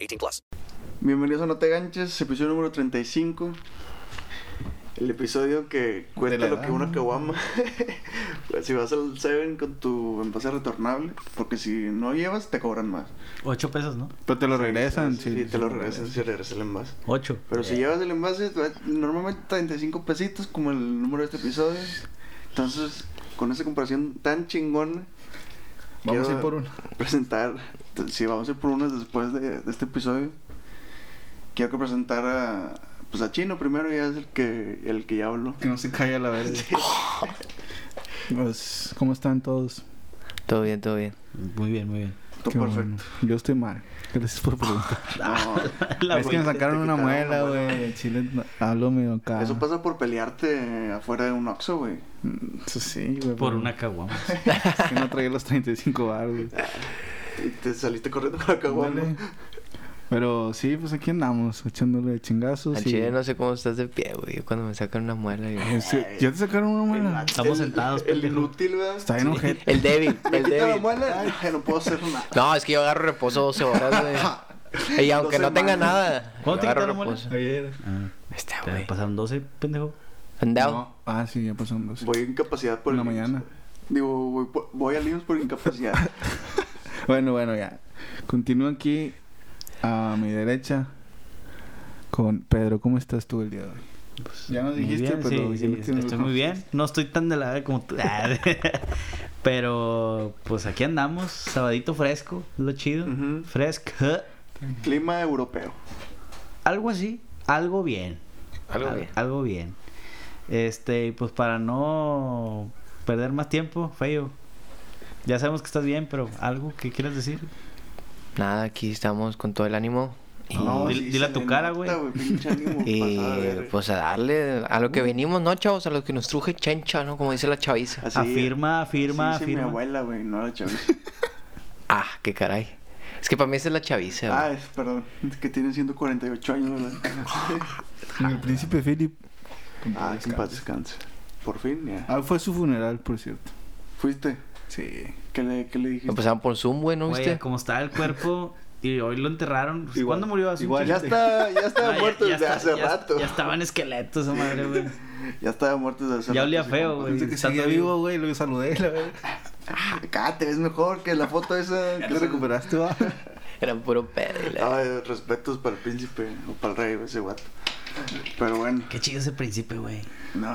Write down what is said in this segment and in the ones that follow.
18 plus. Bienvenidos a No Te Ganches, episodio número 35. El episodio que cuenta lo que una caguama. Pues si vas al Seven con tu envase retornable, porque si no llevas, te cobran más. 8 pesos, ¿no? Pero te lo regresan. Sí, te lo regresan si regresa el envase. 8. Pero si llevas el envase, te va- normalmente 35 pesitos, como el número de este episodio. Entonces, con esa comparación tan chingona, Vamos quiero a ir por una. Presentar, si vamos a ir por una después de, de este episodio, quiero que presentar a, pues a Chino primero, ya es el que, el que ya habló. Que no se caiga la verga. Pues, ¿cómo están todos? Todo bien, todo bien. Muy bien, muy bien. Tú Qué perfecto. bueno. Ah. Yo estoy mal. Gracias por preguntar. No, La es que me te sacaron una quitaron muela, la muela. güey. Al Chile no- hablo medio acá. eso pasa por pelearte afuera de un Oxxo, güey. Eso sí, güey. Por pero una caguama. Es que no traía los 35 bar, güey. Y te saliste corriendo con la caguama. Vale. Pero sí, pues aquí andamos, echándole chingazos. Al y- chile no sé cómo estás de pie, güey. Yo cuando me sacan una muela, yo... Eh, sí, ¿Ya te sacaron una muela? Estamos El- sentados, El pendejo. inútil, ¿verdad? Está bien ojete. El débil, Me el quita la débil. muela, ay, no puedo hacer nada. No, es que yo agarro reposo 12 horas, güey. Y aunque no tenga semanas. nada, yo ¿Cuándo te agarro quitaron la muela? reposo. Ayer. Ah, Ahí Está, te güey. pasaron 12, pendejo. Andado. No. Ah, sí, ya pasaron dos. Voy en capacidad por En la el IMSS. mañana. Digo, voy, por- voy al IMSS por incapacidad. Bueno, bueno, ya. Continúo aquí a mi derecha con Pedro. ¿Cómo estás tú el día de hoy? ya nos Pues, Muy dijiste, bien, pero sí, ya no sí, tienes- estoy muy bien. No estoy tan de la verga como tú. Ah, Pero pues aquí andamos, sabadito fresco, lo chido. Ujú. Fresco. ¿eh? Clima europeo. Algo así, algo bien. Algo Al- Ah, bien. Algo bien. Este, pues para no perder más tiempo, feo. Ya sabemos que estás bien, pero algo que quieras decir. Nada, aquí estamos con todo el ánimo. Y, No, dile- dile a se tu le cara, nota, güey. Eh, pinche ánimo y, pasado de verga. pues a darle a lo que venimos, ¿no, chavos? A lo que nos truje chencha, ¿no? Como dice la chaviza. Así- afirma, afirma, así dice afirma. mi abuela, güey, no la chaviza. Ah, qué caray. Es que para mí esa es la chaviza, güey. ah, es, perdón, es que tiene 148 años, ¿verdad? Con el príncipe Philip. ah, que en paz descanse. Por fin, ya. Ah, fue su funeral, por cierto. ¿Fuiste? Sí. pues, ¿Qué le, qué le dijiste? Empezaban por Zoom, güey, ¿no Güey, viste? como está el cuerpo y hoy lo enterraron. Pues, Igual, ¿Cuándo murió Asunción? igual. ya sí. está, ya No, estaba muerto desde está- hace Ah, ya- rato. Ya estaban esqueletos, esa madre, güey. Ya estaba muerto desde hace rato. Ya olía sí, feo, compa. güey. Dice que Está seguía todo vivo, güey, lo saludé, la verdad. Acá "Ah, te ves mejor que la foto esa. Ya que lo se- recuperaste, va. Era puro pedo. y la- Ay, respetos para el príncipe o para el rey, güey, ese guato. Pero bueno, Qué chido ese príncipe, güey. no.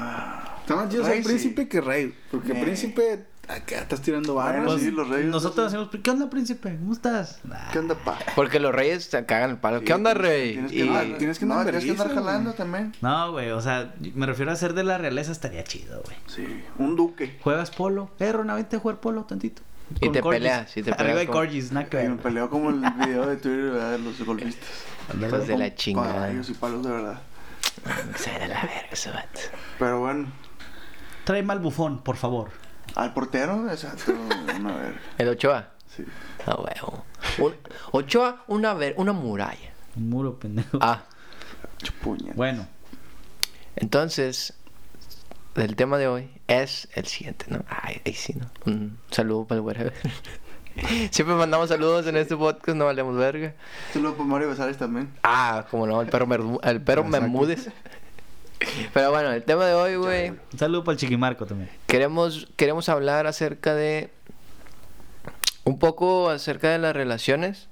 Está más chido Rey, ser sí. príncipe que rey. Porque Eh. príncipe, acá estás tirando barras. Bueno, sí, los reyes. Pues, Nosotros hacemos, ¿qué onda, príncipe? ¿Cómo estás? Ah, ¿Qué onda, pa? Porque los reyes te cagan el palo. ¿Qué onda, rey? Tienes que, Y- andar, tienes que no, andar tienes que andar vergüenza, jalando también. No, güey, o sea, me refiero a ser de la realeza, estaría chido, güey. Sí, un duque. ¿Juegas polo? Eh, Rona, vente a jugar polo tantito. Y Con te corgis. peleas, y te Arriba peleas hay con- corgis, nada Y que ver. me güey. peleó como el video de Twitter ¿verdad? de los golfistas. Hijos de la chingada. Con rayos y palos de verdad. Se de la verga ese vato. Pero bueno, Trae mal bufón, por favor. al portero, exacto. Una verga. El Ochoa. Sí. Ah, huevo. Un- Ochoa, una, ver- una muralla. Un muro, pendejo. Ah, Chupuña. Bueno, entonces, el tema de hoy es el siguiente, ¿no? Ay, ahí sí, ¿no? Un saludo para el wherever. Siempre mandamos saludos en este podcast, no valemos verga. Saludos para Mario Besares también. Ah, como no, el perro, Mermu- el perro Bermúdez. Pero bueno, el tema de hoy, güey. un saludo para el chiquimarco también. Queremos, queremos hablar acerca de. Un poco acerca de las relaciones.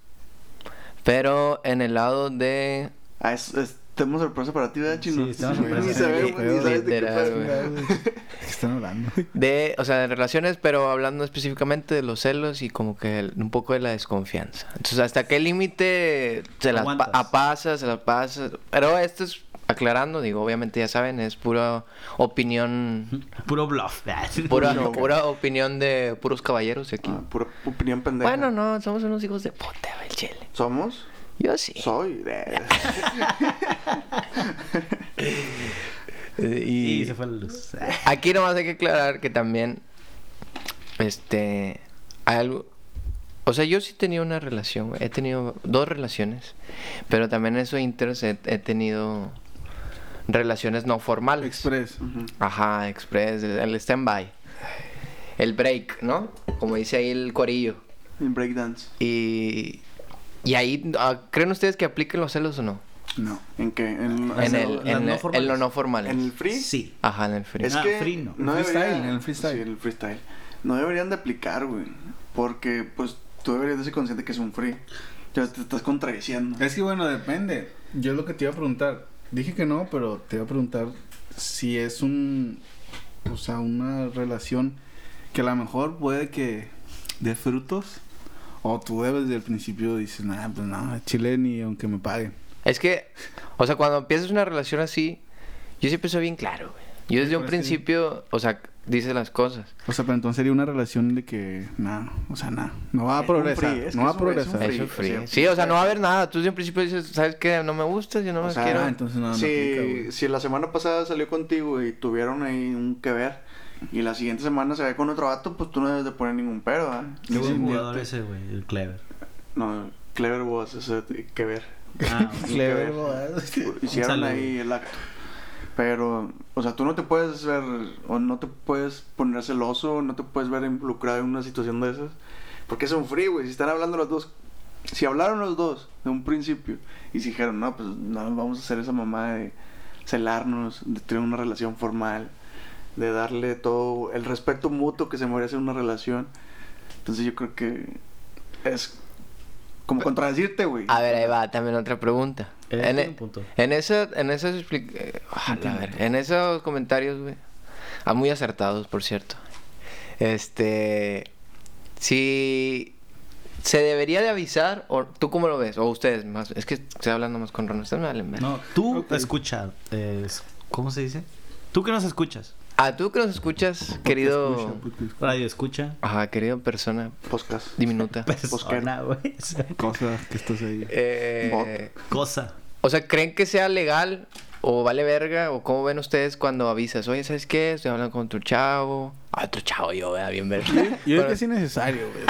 Pero en el lado de. Ah, es, es- tenemos sorpresa para ti, ¿verdad, Chino? Sí, estamos Ni sorpresa. sabes, güey, ni sabes de qué Literal, pedo. güey. ¿Qué están hablando? De, o sea, de relaciones, pero hablando específicamente de los celos y como que el- un poco de la desconfianza. Entonces, ¿hasta qué límite se las Aguantas. pa- a- pasas, se las pasas? Pero esto es aclarando, digo, obviamente ya saben, es pura opinión, Puro bluff. pura, No. pura opinión de puros caballeros aquí. Ah, pura opinión pendeja. bueno, no, somos unos hijos de puta, el chile. ¿Somos? Yo sí. Soy. Eh, Eh, Y y se fue la luz. aquí nomás hay que aclarar que también, este, hay algo... O sea, yo sí tenía una relación, güey. he tenido dos relaciones, pero también en esos inters he, he tenido relaciones no formales. Express. Ajá, express, el, el stand-by. El break, ¿no? Como dice ahí el corillo. En breakdance. Y, y ahí, ah, ¿creen ustedes que apliquen los celos o no? No. ¿En qué? En, En, sea, el, las en, no el- formales. en lo no formal. en el free. Sí. Ajá, en el frío. Es Ah, que free no. El freestyle, debería- en el freestyle. Sí, en el freestyle. No deberían de aplicar, güey. Porque, pues, tú deberías de ser consciente que es un free. Ya te estás contradiciendo. Es que bueno, depende. Yo lo que te iba a preguntar, dije que no, pero te iba a preguntar si es un, o sea, una relación que a lo mejor puede que dé frutos o tú debes desde el principio dices, nah, pues no, chile ni aunque me paguen. Es que, o sea, cuando empiezas una relación así, yo siempre soy bien claro, güey. Yo desde un por eso digo. principio, o sea, dices las cosas. O sea, pero entonces sería una relación de que, nada, o sea, nada, no va Es a un progresar, free, es no que va es a un- es un progresar. free. Eso es o sea, frío. Sí, o sea, no va a haber nada. Tú desde un principio dices, ¿sabes qué? No me gustas, yo no O más sea, quiero. Ah, entonces no, no aplica, si, güey. si la semana pasada salió contigo y tuvieron ahí un que ver y la siguiente semana se ve con otro vato, pues tú no debes de poner ningún pedo, ¿eh? ¿verdad? Qué buen Sí, jugador sí. ese, güey. El Clever. No, Clever Boss, eso de que ver. Ah, Un que Clever ver. bodas. Hicieron saludo. ahí el acto. Pero, o sea, tú no te puedes ver, o no te puedes poner celoso, no te puedes ver involucrado en una situación de esas. Porque es un free, güey. Si están hablando los dos, si hablaron los dos de un principio y se dijeron, no, pues no, vamos a hacer esa mamá de celarnos, de tener una relación formal, de darle todo el respeto mutuo que se merece una relación. Entonces yo creo que es como contradecirte, güey. A ver, ahí va también otra pregunta. Eh, en, e tiene un punto. en esa- en esos expli- eh, ojalá, a ver, en esos comentarios, güey. Ah, muy acertados, por cierto. Este, si se debería de avisar o tú cómo lo ves o ustedes más, es que estoy hablando más con Ron, ustedes me valen verga. No, tú Ok. escucha. eh, ¿Cómo se dice? Tú que nos escuchas. A Ah, tú que nos escuchas, querido, Escucha, porque escucha. Radio escucha. ajá, querido persona Podcast. diminuta. Pues, Persona, güey. Cosas que estás ahí. Eh, Cosa. O sea, ¿creen que sea legal o vale verga? ¿O cómo ven ustedes cuando avisas? Oye, ¿sabes qué? Estoy hablando con tu chavo. Ah, tu chavo yo, ¿verdad? Bien verga. Yo creo Pero- que es innecesario, güey.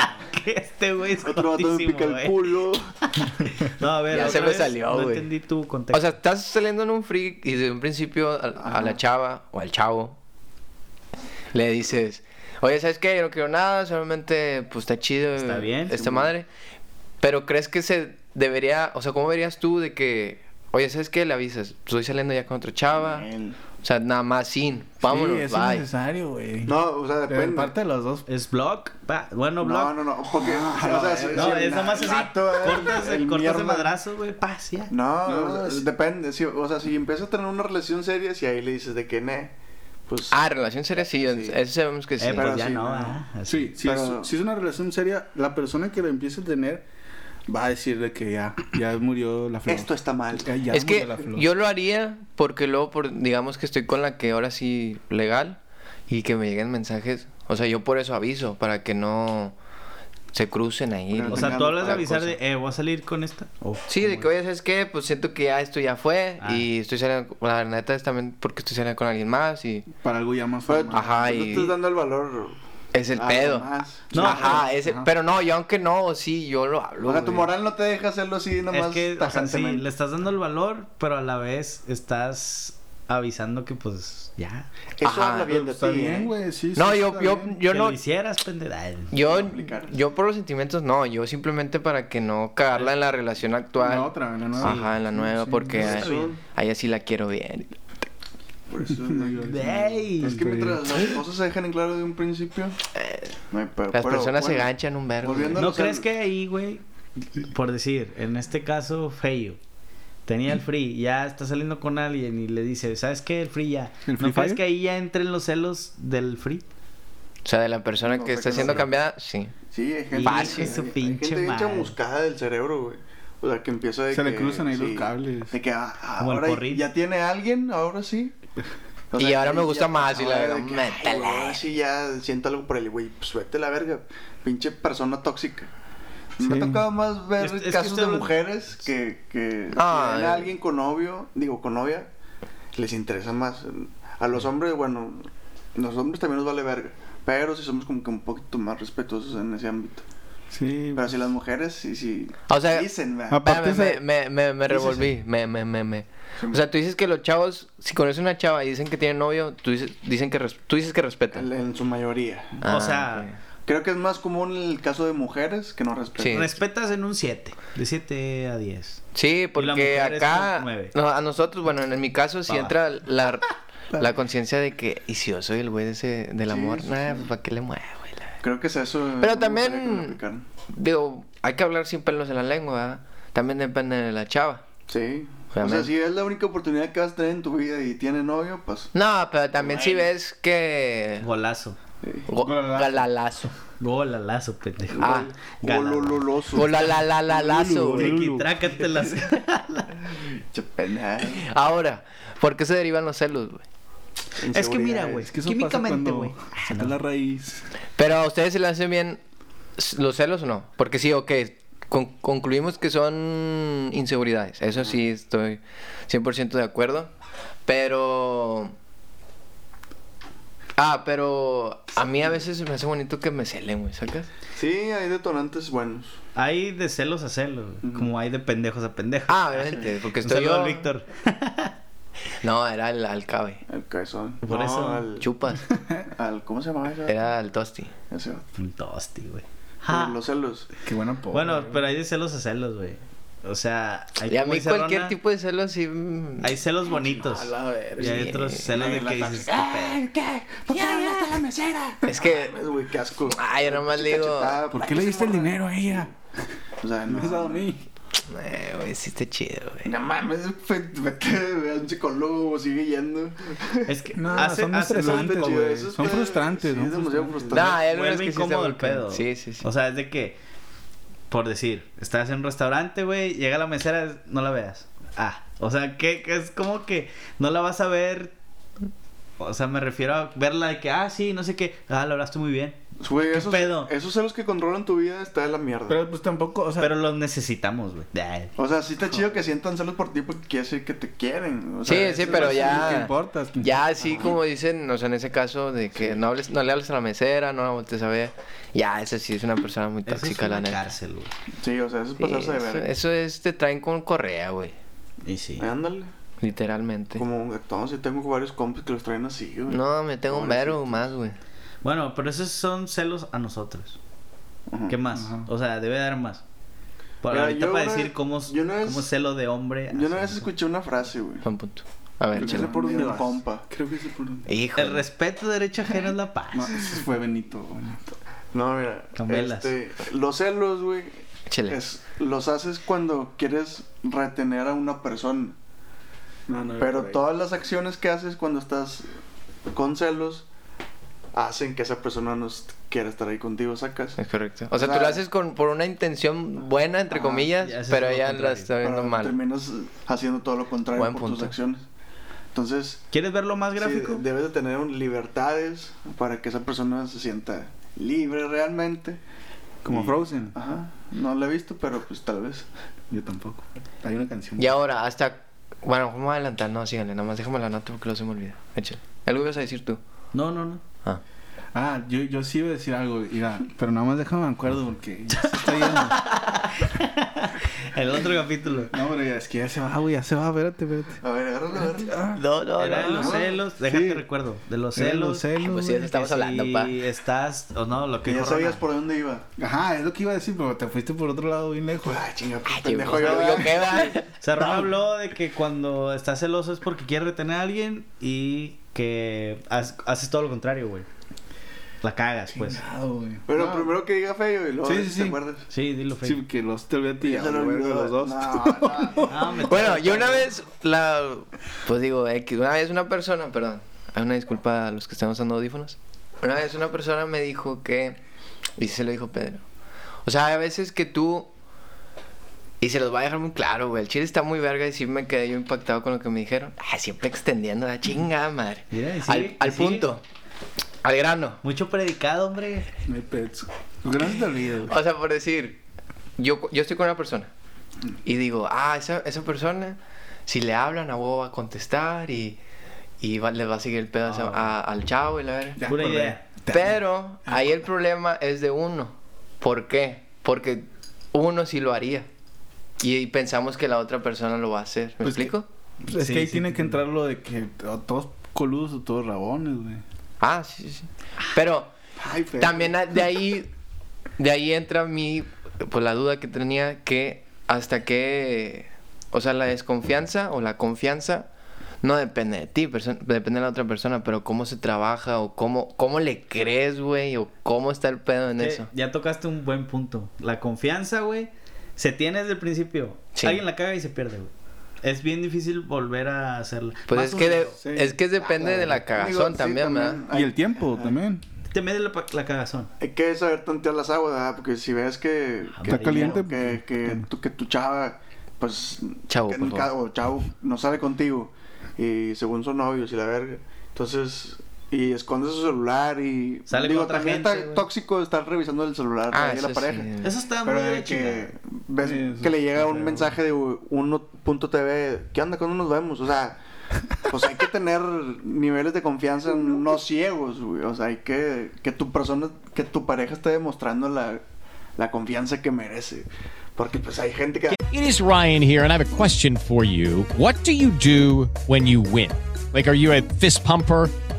Que este güey es Otro vato me jotísimo, pica el güey. culo. No, a ver, Ya se otra me vez, salió, No güey. entendí tu O contexto. sea, estás saliendo en un free y desde un principio a, a la chava o al chavo le dices, oye, ¿sabes qué? Yo no quiero nada, solamente pues está chido. Está bien, Esta Simón. madre. Pero crees que se debería, o sea, ¿cómo verías tú de que, oye, ¿sabes qué? Le avisas, estoy saliendo ya con otra chava. Bien. O sea, nada más sin. Vámonos, sí, es bye. innecesario, güey. No, o sea, Pero depende. en parte de los dos. ¿Es blog? Va, bueno, blog. No, no, no, porque o sea, si- No, si el es nomás así. vato, eh, cortas el, cortas mierda- el madrazo, güey. Paz, ya. No, No, o sea, es- depende, si- o sea, si empiezas a tener una relación seria, si ahí le dices de que ne, pues Ah, relación seria sí, eso sabemos que sí. eh, pero pues ya sí, no, no. ah, así. Sí, si, Pero- es, si es una relación seria, la persona que lo empiece a tener va a decir de que ya, ya murió la flor. esto está mal. Ya- ya es murió que la flor. yo lo haría porque luego, por, digamos que estoy con la que ahora sí legal y que me lleguen mensajes. O sea, yo por eso aviso, para que no se crucen ahí. Claro. O sea, tú Tengamos hablas de otra avisar cosa. de, eh, voy a salir con esta. O- Sí, de que, oye, ¿sabes qué? Pues siento que ya esto ya fue Ah. y estoy saliendo, la neta es también porque estoy saliendo con alguien más y Para algo ya más Pero formal. Ajá, tú y- estás dando el valor. es el a algo pedo. Ah, más. No, ajá, pero- ese- pero no, yo aunque no, sí, yo lo hablo. O sea, tu güey. moral no te deja hacerlo así nomás Es que, o sea, sí, tajantemente. le estás dando el valor, pero a la vez estás avisando que, pues, ya. Eso Ajá. habla bien Pero de está ti. bien, ¿eh? güey, sí. No, sí, yo, está yo, bien. yo que no. lo hicieras, pendeja. Yo, aplicar. yo por los sentimientos no, yo simplemente para que no cagarla en la relación actual. La otra, la nueva. Ajá, en la Sí, nueva, sí, porque sí, a- está bien. a ella sí la quiero bien. Por eso No, yo- Ey. Es que mientras las cosas se dejan en claro de un principio, Eh, no hay pedo. Las Pero, personas se bueno, ganchan un verbo. volviendo ¿No o sea, crees que ahí, güey? Por decir, en este caso, Feyo. Tenía el free, ya está saliendo con alguien y le dice, ¿sabes qué? El free ya. ¿El ¿No free crees fire? que ahí ya entren los celos del free? O sea, de la persona No, fue que está que no siendo lo- cambiada, sí. Sí, hay gente, Fácil. hay- Su hay pinche gente bien madre. chamuscada del cerebro, güey. O sea, que empieza de Se que... le cruzan ahí los cables. De que ah, ah, Como el ahora corrido. ya tiene alguien, ahora sí. O Y ahora me ya- gusta más, y la ahora verdad, de que, me ay, pela. güey, Ahora sí ya siento algo por el güey. Pues vete a la verga. Pinche persona tóxica. Me ha tocado más ver Es- es que casos estoy de hablando- mujeres que, que Ah, tienen a eh. alguien con novio, digo, con novia, les interesa más. A los hombres, bueno, los hombres también nos vale verga. Pero si somos como que un poquito más respetuosos en ese ámbito. Sí. Pero si las mujeres, sí, sí. O sea- dicen, ¿verdad? Ah, pa- Aparte Espérame, se- me, me, me, me revolví. Me, me, me, me. O sea, tú dices que los chavos, si conoces una chava y dicen que tiene novio, tú dices, dicen que res- tú dices que respetan. en, en su mayoría. Ah, o sea, ok. Creo que es más común el caso de mujeres que no respetan. Sí. respetas en un 7, de 7 a 10. Sí, porque mujer es acá como nueve. no, a nosotros, bueno, en, en mi caso sí Va, va. entra la, la conciencia de que, y si yo soy el güey de ese, del amor, nah, pues para qué le muevo, güey. la- Creo que es eso. eh, Pero me gustaría que lo también, aplicaran. digo, hay que hablar sin pelos en la lengua, ¿verdad? También depende de la chava. Sí. O sea, Realmente. si es la única oportunidad que vas a tener en tu vida y tiene novio, pues. No, pero también si ves que... Golazo. go- Golalazo. Galalazo. Golalazo, pendejo. Ah. Golalazo. Golololoso. Golalalalazo, güey. Triquitrácatelas. Che, pendeja. Ahora, ¿por qué se derivan los celos, güey? es que mira, güey. Es que eso químicamente, pasa güey. cuando sacas la raíz. Pero a ustedes se les hacen bien s- los celos o no? Porque sí, ok, con- concluimos que son inseguridades. Eso sí, estoy 100% de acuerdo. Pero... Ah, pero a mí a veces se me hace bonito que me celen, güey, ¿sacas? Sí, hay detonantes buenos. Hay de celos a celos, güey, como hay de pendejos a pendejos. Ah, obviamente, porque Un estoy saludo yo. al Víctor. No, era el alcabe. El cabezón. Por No, eso- Al, Chupas. al- ¿Cómo se llamaba eso? Era el tosti. Ese. Un tosti, güey. Por Ja. los celos. Qué buena pobre. Bueno, pero hay de celos a celos, güey. O sea, hay Y a como mí dice cualquier Rona, tipo de celos sí... mm, Hay celos bonitos. A la verga. Y hay Sí. otros celos de que dices... "Qué ¿Qué? ¿Por qué hablaste a la mesera? Es que... Es, güey, qué asco. Ay, yo nomás le Eh, ah, digo... Cachetada, ¿Por qué le diste el dinero a ella? O sea, Me has dado a no. mí. Eh, güey, sí está chido, güey. No mames, vete vete a un psicólogo, sigue yendo. pedo". Es que No, hace, son hace estresantes, tiempo, güey. güey. Eso Son está- frustrantes, sí, ¿no? es demasiado Frustrantes. frustrante. Nah, hay algunas Vuelve que sí se incómodo el aburren. pedo. Sí, sí, sí. O sea, es de que... Por decir, estás en un restaurante, güey, llega la mesera, no la veas. Ah, o sea, que, que es como que no la vas a ver... O sea, me refiero a verla de que, ah, sí, no sé qué. Ah, lo hablaste muy bien. eh. Güey, ¿Qué esos, pedo? esos celos que controlan tu vida está de la mierda. Pero pues tampoco, o sea, Pero los necesitamos, güey. Ay. o sea, sí está chido que sientan celos por ti porque quiere decir que te quieren. O sea, Sí, es- sí, pero es ya. lo que importa. Ya, así como dicen, o sea, en ese caso de que no hables, no le hables a la mesera, no la voltees a ver. Ya, eso sí es una persona muy Eso es tóxica, la una neta. cárcel, güey. Sí, o sea, eso es Sí, pasarse de eso, verga. eso es, te traen con correa, güey. Y sí. Ándale. Literalmente. Como entonces tengo varios compas que los traen así, güey. Este. No, me tengo un vero más, güey. Bueno, pero esos son celos a nosotros. Ajá. ¿Qué más? O sea, debe dar más. Para Mira, ahorita yo para una- decir cómo, yo una vez- cómo celo de hombre. Yo una hacia- vez escuché una frase, güey. Buen punto. A ver, Creo que chelo. sé por dónde Un vas. compa. Creo que sé por dónde. Hijo. El respeto de derecho ajeno es la paz. No, ese fue Benito. Benito. No, mira. Cambelas. este, los celos, güey, Chele. es- los haces cuando quieres retener a una persona. No, no, Pero por ahí. todas las acciones que haces cuando estás con celos hacen que esa persona no est- quiera estar ahí contigo, sacas. Es correcto. O sea, O tú sea- lo haces con, por una intención buena, entre Ah, comillas, y haces pero lo ella la contrario. está viendo Pero mal. terminas eh, haciendo todo lo contrario Buen por tus punto. acciones. Entonces, ¿Quieres verlo más sí, gráfico? debes de tener un- libertades para que esa persona se sienta libre realmente. Como Y- Frozen. Ajá, no la he visto, pero pues tal vez. Yo tampoco. Hay una canción. Y ahora, hasta. Bueno, vamos a adelantar. No, síganle, nomás déjame la nota porque lo se me olvida. Échale. Algo ibas a decir tú. No, no, no. Ah. Ah, yo, yo sí iba a decir algo, mira, pero nada más déjame me acuerdo porque ya se está yendo. El otro capítulo. No, pero ya, es que ya se va, güey, ya se va, espérate, espérate. A ver, agárralo, agárralo. Ah, No, no, Era de los celos. Déjate Sí. recuerdo. De los Era de celos. los celos, Ah, pues sí, güey. eso estamos que hablando, si pa. estás... O no, lo que Que ya dijo sabías Rona. por dónde iba. Ajá, es lo que iba a decir, pero te fuiste por otro lado bien lejos. Ah, Ay, chinga, pues, Ay, pendejo, yo, yo, yo ¿verdad? qué va. O sea, Ron habló de que cuando estás celoso es porque quieres retener a alguien y que has- haces todo lo contrario, güey. La cagas, pues. Chingado, güey. Pero No, primero que diga feo y luego Sí, sí, ¿te sí. acuerdas? Sí, dilo, Fey. Sí, que los te olvidé a ti, Ya se ya, lo güey, olvidó. de los dos. No, no. Ah, me- Bueno, yo una vez, la, pues digo, X, una vez una persona, perdón, hay una disculpa a los que están usando audífonos. Una vez una persona me dijo que, y se lo dijo Pedro, o sea, hay veces que tú, y se los va a dejar muy claro, güey, el chile está muy verga y sí me quedé yo impactado con lo que me dijeron. Ah, siempre extendiendo la chingada madre. Mira, y al sigue, y al sigue. punto, al grano. Mucho predicado, hombre. Me pets. Porque no se te olvida, güey. O sea, por decir, yo, yo estoy con una persona y digo, ah, esa, esa persona, si le hablan, a huevo va a contestar y, y va- le va a seguir el pedo a esa- a- al chavo y la verga. Ah. Ya Pura acordé. idea. Pero ahí el problema es de uno. ¿Por qué? Porque uno sí lo haría. Y, y pensamos que la otra persona lo va a hacer. ¿Me Pues que- explico? Pues es Sí, que ahí sí, tiene te que entrar lo de que o todos coludos o todos rabones, güey. Ah, sí, sí, sí. Pero Ay, pero- también a- de ahí, de ahí entra mi, pues la duda que tenía que hasta qué, o sea, la desconfianza o la confianza no depende de ti, perso- depende de la otra persona, pero cómo se trabaja o cómo, cómo le crees, güey, o cómo está el pedo en Que eso. Ya tocaste un buen punto. La confianza, güey, se tiene desde el principio. Sí. Alguien la caga y se pierde, güey. Es bien difícil volver a hacerla. Pues Más es un que, de- dedo. Sí. es que depende de la Digo, cagazón sí, también, ¿verdad? Y el tiempo también. Te mete la, pa- la cagazón. Hay que saber tantear las aguas, ¿verdad? porque si ves que, que- Ah, Está caliente, que, que tu, que tu chava, pues, Chavo, que- por favor. o chavo no sale contigo y según son novios y la verga, entonces y esconde su celular y Sale con digo otra también gente, está güey. tóxico estar revisando el celular Ah, ahí de la eso pareja. Eh, sí. Eso está muy Pero de de la chingada. que ves Sí, eso que le es llega un feo. mensaje de uno.tv, ¿qué onda? ¿Cuándo nos vemos? O sea, pues hay que tener niveles de confianza no ciegos, güey. O sea, hay que que tu persona, que tu pareja esté demostrando la, la confianza que merece. Porque pues hay gente que... It is Ryan here, and I have a question for you. What do you do when you win? Like, are you a fist pumper?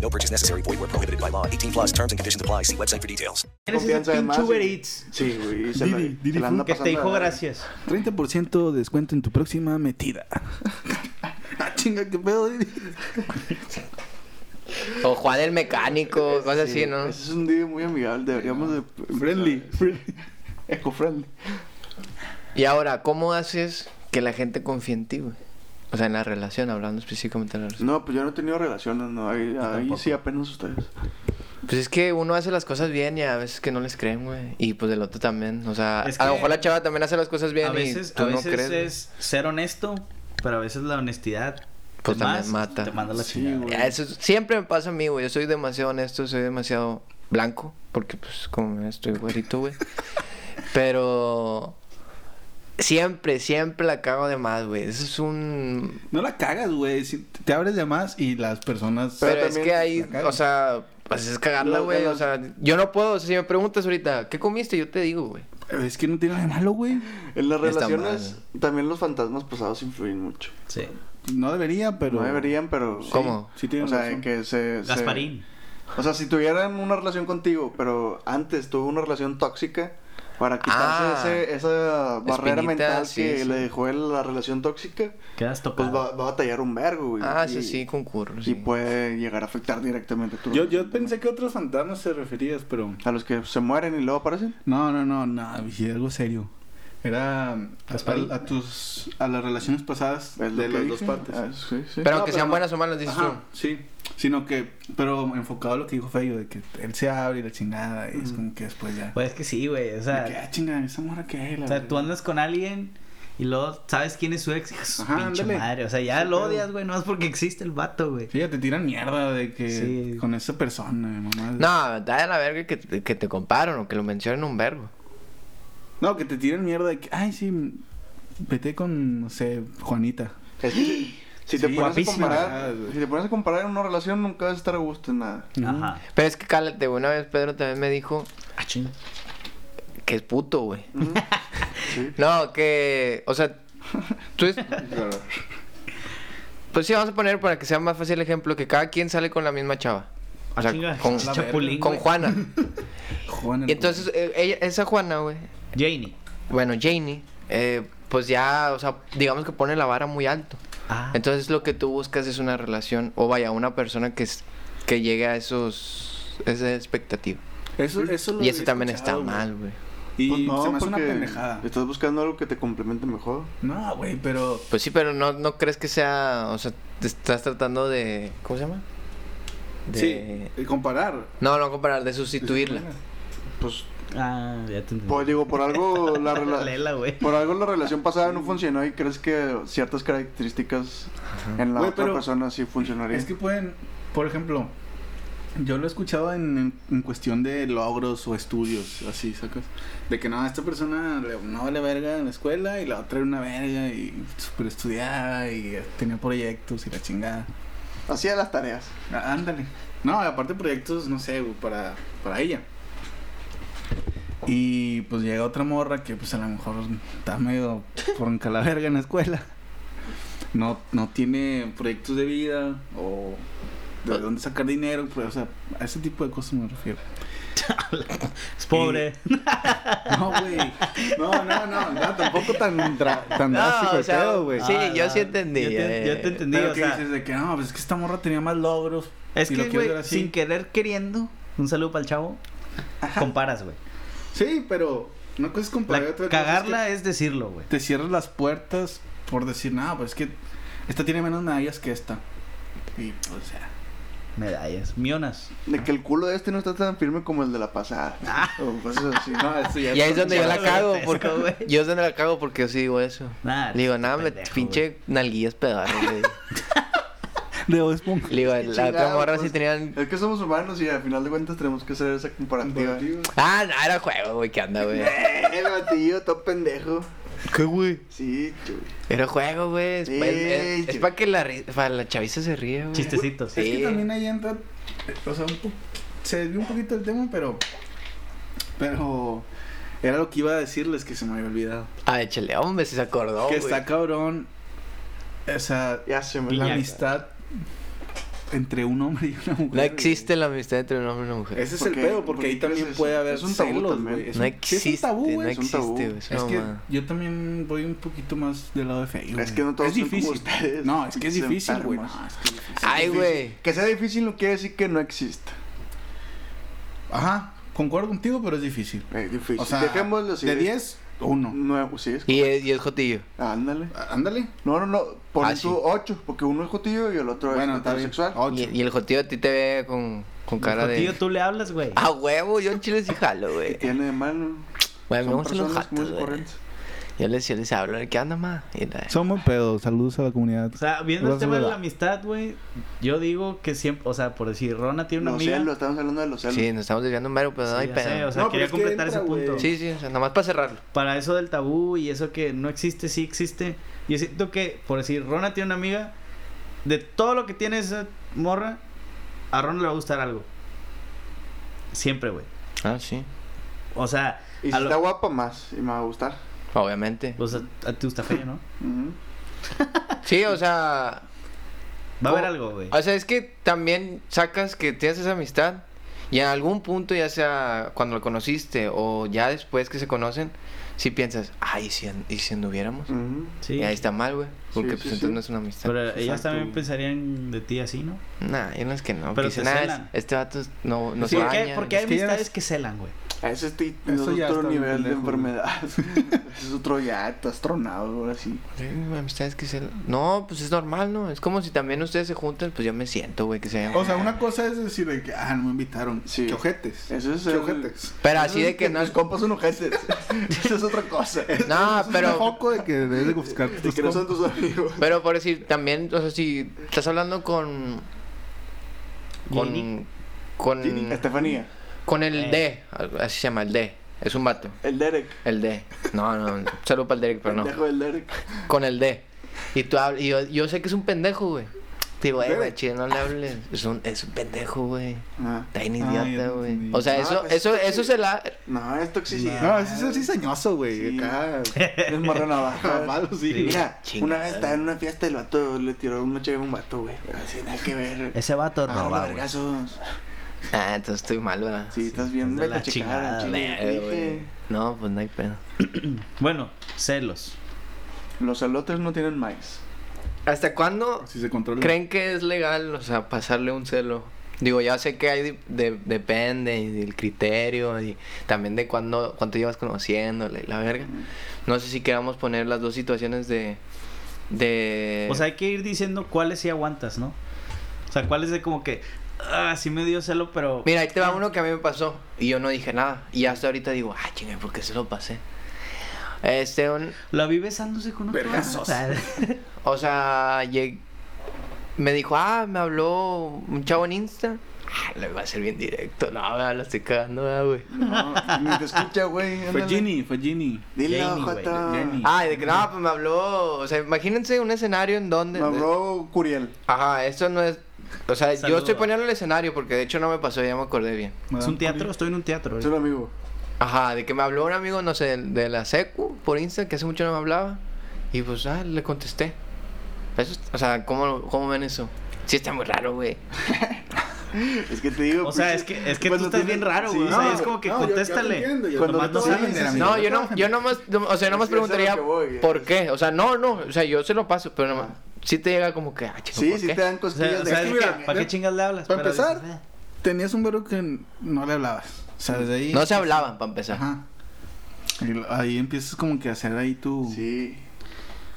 No purchase necessary. Void were prohibited by law. 18 plus terms and conditions apply. See website for details. Eres ese confianza de más, pinche Uber y- Eats Sí, güey. y Se Didi, la, Didi se la anda que te pasando de dijo verga. gracias. 30% de descuento en tu próxima metida. ah, chinga, qué pedo. Didi? O Juan el mecánico, cosas así, ¿no? Ese es un día muy amigable, deberíamos de... Friendly. Eco-friendly. Y ahora, ¿cómo haces que la gente confíe en ti, güey? O sea, en la relación, hablando específicamente de la relación. No, pues yo no he tenido relaciones, no. Ahí, ahí sí apenas ustedes. Pues es que uno hace las cosas bien y a veces que no les creen, güey. Y pues del otro también. O sea, Es a lo que mejor la chava también hace las cosas bien A veces, y tú a veces no crees. güey. es ser honesto, pero a veces la honestidad Pues te también mas- mata. Te manda la Sí, chingada. güey. Ya, Eso es- siempre me pasa a mí, güey. Yo soy demasiado honesto, soy demasiado blanco. Porque, pues, como estoy güerito, güey. Pero... Siempre, siempre la cago de más, güey. Eso es un... No la cagas, güey. Si te te abres de más y las personas. Pero, Pero es también que ahí, la cagas. o sea, pues es cagarla, Los güey. de O los- sea, yo no puedo. O sea, si me preguntas ahorita, ¿qué comiste? Yo te digo, güey. Pues Es que no tiene nada de malo, güey. En las Está relaciones también los fantasmas pasados influyen mucho. Sí. No debería, pero. No deberían, pero... ¿Cómo? Sí, tiene o sea, razón. que se... se- Gasparín. o sea, si tuvieran una relación contigo, pero antes tuvo una relación tóxica, para quitarse Ah. ese- esa barrera Espinita, mental sí, que sí. le dejó el- la relación tóxica, Quedas pues topado. va, va a batallar un vergo, güey. Ah, y- sí, sí, concurro, Y sí. puede llegar a afectar directamente a tu Yo, yo pensé que a otros fantasmas se referías, pero. A los que se mueren y luego aparecen. No, no, no, no, dije algo serio. Era mm, Gasparín. a, a tus a las relaciones pasadas Es lo de que las dije. dos partes. Ah, sí, sí. Pero No, aunque sean no. buenas o malas, dices Ajá, tú. Sí, sino que pero enfocado a lo que dijo Feyo de que él se abre y la chingada y es como que después ya. Pues es que sí, güey. O sea, De que, ah, chingada, esa morra que es la O sea, verga. tú andas con alguien y luego sabes quién es su ex. hijo de su Ajá, pinche ándale. madre. O sea, ya Sí, lo claro. odias, güey, no es porque existe el vato, güey. Sí, ya te tiran mierda de que Sí. con esa persona, mamá. No, da de la verga que, te- que te comparan o que lo mencionen un verbo. No, que te tiran mierda de que, ay, sí, vete con, no sé, Juanita. Es que si, si te Sí, pones a guapísima. comparar, si te pones a comparar en una relación, nunca vas a estar a gusto en nada. Ajá. Pero es que cálate, güey. Una vez Pedro también me dijo Ah, ching. que es puto, güey. No, que. O sea, tú es- Pues sí, vamos a poner para que sea más fácil el ejemplo que cada quien sale con la misma chava. O sea, chinga, con- Chapulín, Con güey. Juana. Juan el Y entonces, eh, ella- esa Juana, güey, Janie. bueno, Janie, eh, pues ya, o sea, digamos que pone la vara muy alto. Ah, Entonces lo que tú buscas es una relación, o vaya, una persona que, es- que llegue a esos, esa expectativa. Eso, eso lo Y había eso también está escuchado, güey. mal, güey. Y Pues no, se me hace una porque pendejada. Estás buscando algo que te complemente mejor. No, güey, pero Pues sí, pero no, no crees que sea, o sea, te estás tratando de, ¿cómo se llama? De... sí, eh, comparar. No, no comparar, de sustituirla. Pues, ah, ya te entendí. pues, digo, por algo la relación. Lela, güey. Por algo la relación pasada no funcionó y crees que ciertas características en la Güey, otra pero- persona sí funcionaría. Es que pueden, por ejemplo, yo lo he escuchado en, en- en cuestión de logros o estudios, así, sacas. De que no, esta persona le- no vale verga en la escuela y la otra era una verga y super estudiada y tenía proyectos y la chingada. Hacía las tareas. Ah, Ándale. No, aparte proyectos, no sé, güey, para, para ella. Y pues llega otra morra que pues a lo mejor está medio por la verga en la escuela. No, no tiene proyectos de vida o de dónde sacar dinero, pues, o sea, a ese tipo de cosas me refiero. Es pobre. No, güey. No, no, no, no, tampoco tan, dra- tan drástico el pedo, güey. sí, yo sí Ah, entendí. Yo te, eh. yo te entendí, Pero o que sea, dices de que no, pues es que esta morra tenía más logros. es y lo que, quieres ver güey, así. sin querer queriendo, un saludo para el chavo, comparas, güey. Sí, pero una cosa es comparar y La- otra cosa es que- Cagarla es decirlo, güey. te cierras las puertas por decir, no, pues es que esta tiene menos medallas que esta. Y pues ya. Medallas, mionas. De que el culo de este no está tan firme como el de la pasada. Ah. O cosas así. No, eso ya Y ahí es donde yo Ya la lo cago, grotesco, porque güey. yo es donde la cago porque yo sí digo eso. Nah, Le digo, eres nada, me pendejo, pinche nalguillas pedales. güey". de Bob Esponja. Le digo, la otra Chingado, morra sí pues, tenían. Es que somos humanos y al final de cuentas tenemos que hacer esa comparativa. Ah, no, era juego, güey, ¿qué anda, güey? El Eh, batillo, todo pendejo. ¿Qué, güey? Sí, chuy. Era juego, güey. Es, pa- es- Ey, es- es yo- para que la, ri- pa' la chaviza se ríe, güey. Chistecitos. Es Sí. que también ahí entra, o sea, un po- se desvió un poquito el tema, pero. Pero. Era lo que iba a decirles que se me había olvidado. Ah, échale, hombre, si se acordó. que güey. está cabrón. O sea, Ya se me la Iñaca. amistad entre un hombre y una mujer. No güey. existe la amistad entre un hombre y una mujer. Ese es ¿Por el qué? pedo, ¿Por porque qué ahí crees también eso? puede haber Es un tabú celos, también. güey. Es no un- sí existe, es un tabú, no güey. es un existe, tabú. güey. Es una Es que mamada. yo también voy un poquito más del lado de feo. Es güey. que no todos es son como difícil. ustedes, no, es que es pinches difícil, güey. No, enfermos. es que es difícil. Ay, güey. Que sea difícil no quiere decir que no exista. Ajá, concuerdo contigo, pero es difícil. Es Eh, difícil. O sea, Dejémoslo así. de 10, uno. Nuevo, sí, es. Y es, y es Jotillo. Ándale. Á- Ándale. No, no, no. Pon Ah, sí. tú 8, porque uno es jotillo y el otro Bueno, es está bien. Oh. heterosexual. Ocho. Y, y el Jotillo a ti te ve con, con cara de. Tío, tú le hablas, güey. Ah, huevo, yo en Chile sí jalo, güey. ¿Qué tiene de malo? Güey, me Son gustan los personas jatos, muy güey. corrientes. Yo les, yo les hablo, ¿qué anda más? Y la- Son muy pedos. Saludos a la comunidad. O sea, viendo el Vas a tema de ver. la amistad, güey, yo digo que siempre, o sea, por decir, Rona tiene una Los amiga. celos, estamos hablando de los celos. Sí, nos estamos desviando un verbo, pero no Sí, hay ya pedo. sé, o sea, No, pero quería es que completar entra, ese güey. punto. Sí, sí, o sea, nomás para cerrarlo. Para eso del tabú y eso que no existe, sí existe. Yo siento que, por decir, Rona tiene una amiga, de todo lo que tiene esa morra, a Rona le va a gustar algo. Siempre, güey. Ah, sí. O sea, Y si a lo- está guapa más, y me va a gustar. Obviamente. o sea, a ti te gusta feo, ¿no? Ujú. Sí, o sea. Va a haber ¿Cómo? algo, güey. O sea, es que también sacas que tienes esa amistad y en algún punto, ya sea cuando lo conociste o ya después que se conocen, si piensas, ay, ¿y si, an- y si anduviéramos? Ujú. Sí. Y ahí está mal, güey. Porque Sí, pues sí, entonces sí. no es una amistad. Pero ellas Exacto, también güey. pensarían de ti así, ¿no? Nah, yo no es que no. Pero que dicen, te "Ah, es- celan". este vato es- no, no se ¿Por baña. qué? Porque hay es que ya amistades las- que celan, güey. Ese es, ti- Eso es ya otro está muy nivel de pendejo, güey. enfermedad. Ese es otro ya, estás tronado ahora sí. Sí, amistades que celan. No, pues es normal, ¿no? Es como si también ustedes se juntan, pues yo me siento, güey, que se O sea, una cosa es decir de que, ah, no me invitaron. Sí. Que ojetes. Eso es Que el- ojetes. Pero así de que no Los es... compas son ojetes. Eso es otra cosa. No, Es un pero... foco de que debes de buscar De que no son tus amigos. Pero por decir, también, o sea, si estás hablando con. Con. Con. Mm. Estefanía, Con Eh. el D, así se llama, el D. Es un vato, el Derek. el D. No, no, saludo para el Derek, pero no. Pendejo del Derek. Con el D. Y tú hablas, y yo, yo sé que es un pendejo, güey. Te digo, eh, güey, chido, no le hables. Es un, es un pendejo, güey. Ah. Está bien Ah, ya idiota, te güey. entendí. O sea, Ah, eso, pues, eso, sí. eso se la. No, es toxicidad. No, ese es el cizañoso, güey. Sí. Acá. Es marrón abajo. Malo, sí. Mira, Chingada. una vez estaba en una fiesta el vato le tiró una chave a un vato, güey. Así nada que ver. Ese vato Ah, Agarró roba, güey. vergazos. Ah, entonces estoy mal, ¿verdad? Sí, estás bien de la meca chingada, chingada, chile, Eh, dije. güey. No, pues no hay pedo. Bueno, celos. Los elotes no tienen maíz. ¿Hasta cuándo Si se controla. creen que es legal, o sea, pasarle un celo? Digo, ya sé que hay de- depende y del criterio y también de cuándo, cuánto llevas conociéndole, la verga. No sé si queramos poner las dos situaciones de... de... O sea, hay que ir diciendo cuáles sí aguantas, ¿no? O sea, cuáles de como que. Ah, sí me dio celo, pero. Mira, ahí te va uno que a mí me pasó y yo no dije nada. Y hasta ahorita digo, ah, chingue, ¿por qué se lo pasé? Este, un- La vi besándose con otro. Vergazos. o sea, lleg- me dijo, ah, me habló un chavo en Insta. Ah, le va a ser bien directo. No, me la estoy cagando, ¿verdad, güey. No, ni te escucha, güey. Fue ándale. Ginny, fue Ginny. Dilo, Jamie, güey, Jota. Jamie. Ah, de que no, pues me habló. O sea, imagínense un escenario en donde. Me habló Curiel. Ajá, esto no es. O sea, yo Saludo. estoy poniendo el escenario porque de hecho no me pasó, ya me acordé bien. ¿Es un teatro? Estoy en un teatro. Es un amigo. Ajá, de que me habló un amigo, no sé, de, de la secu por Insta, que hace mucho no me hablaba. Y pues, ah, le contesté. Eso, es- o sea, ¿cómo, ¿cómo ven eso? Sí, está muy raro, güey. Es que te digo. O sea, pinche- es que, es que tú cuando estás tienes- bien raro, Sí, güey. o sea, no, es como que no, yo- yo te contéstale. entiendo, yo- Nomás Cuando no tú sabes. dices, No, yo no, yo nomás, o sea, nomás Es que eso es preguntaría a lo que voy, por es- qué. O sea, no, no, o sea, yo se lo paso, pero nomás, sí te llega como que, ah, chico, Sí, ¿por sí qué? te dan O sea, costillas de o sea, Es es que que, mira, ¿para eh, qué chingas le hablas? para Pero empezar, dices, eh. Tenías un verbo que no le hablabas. O sea, desde ahí. No se hablaban, para empezar. Ajá. Y lo- ahí empiezas como que a hacer ahí tu, Sí.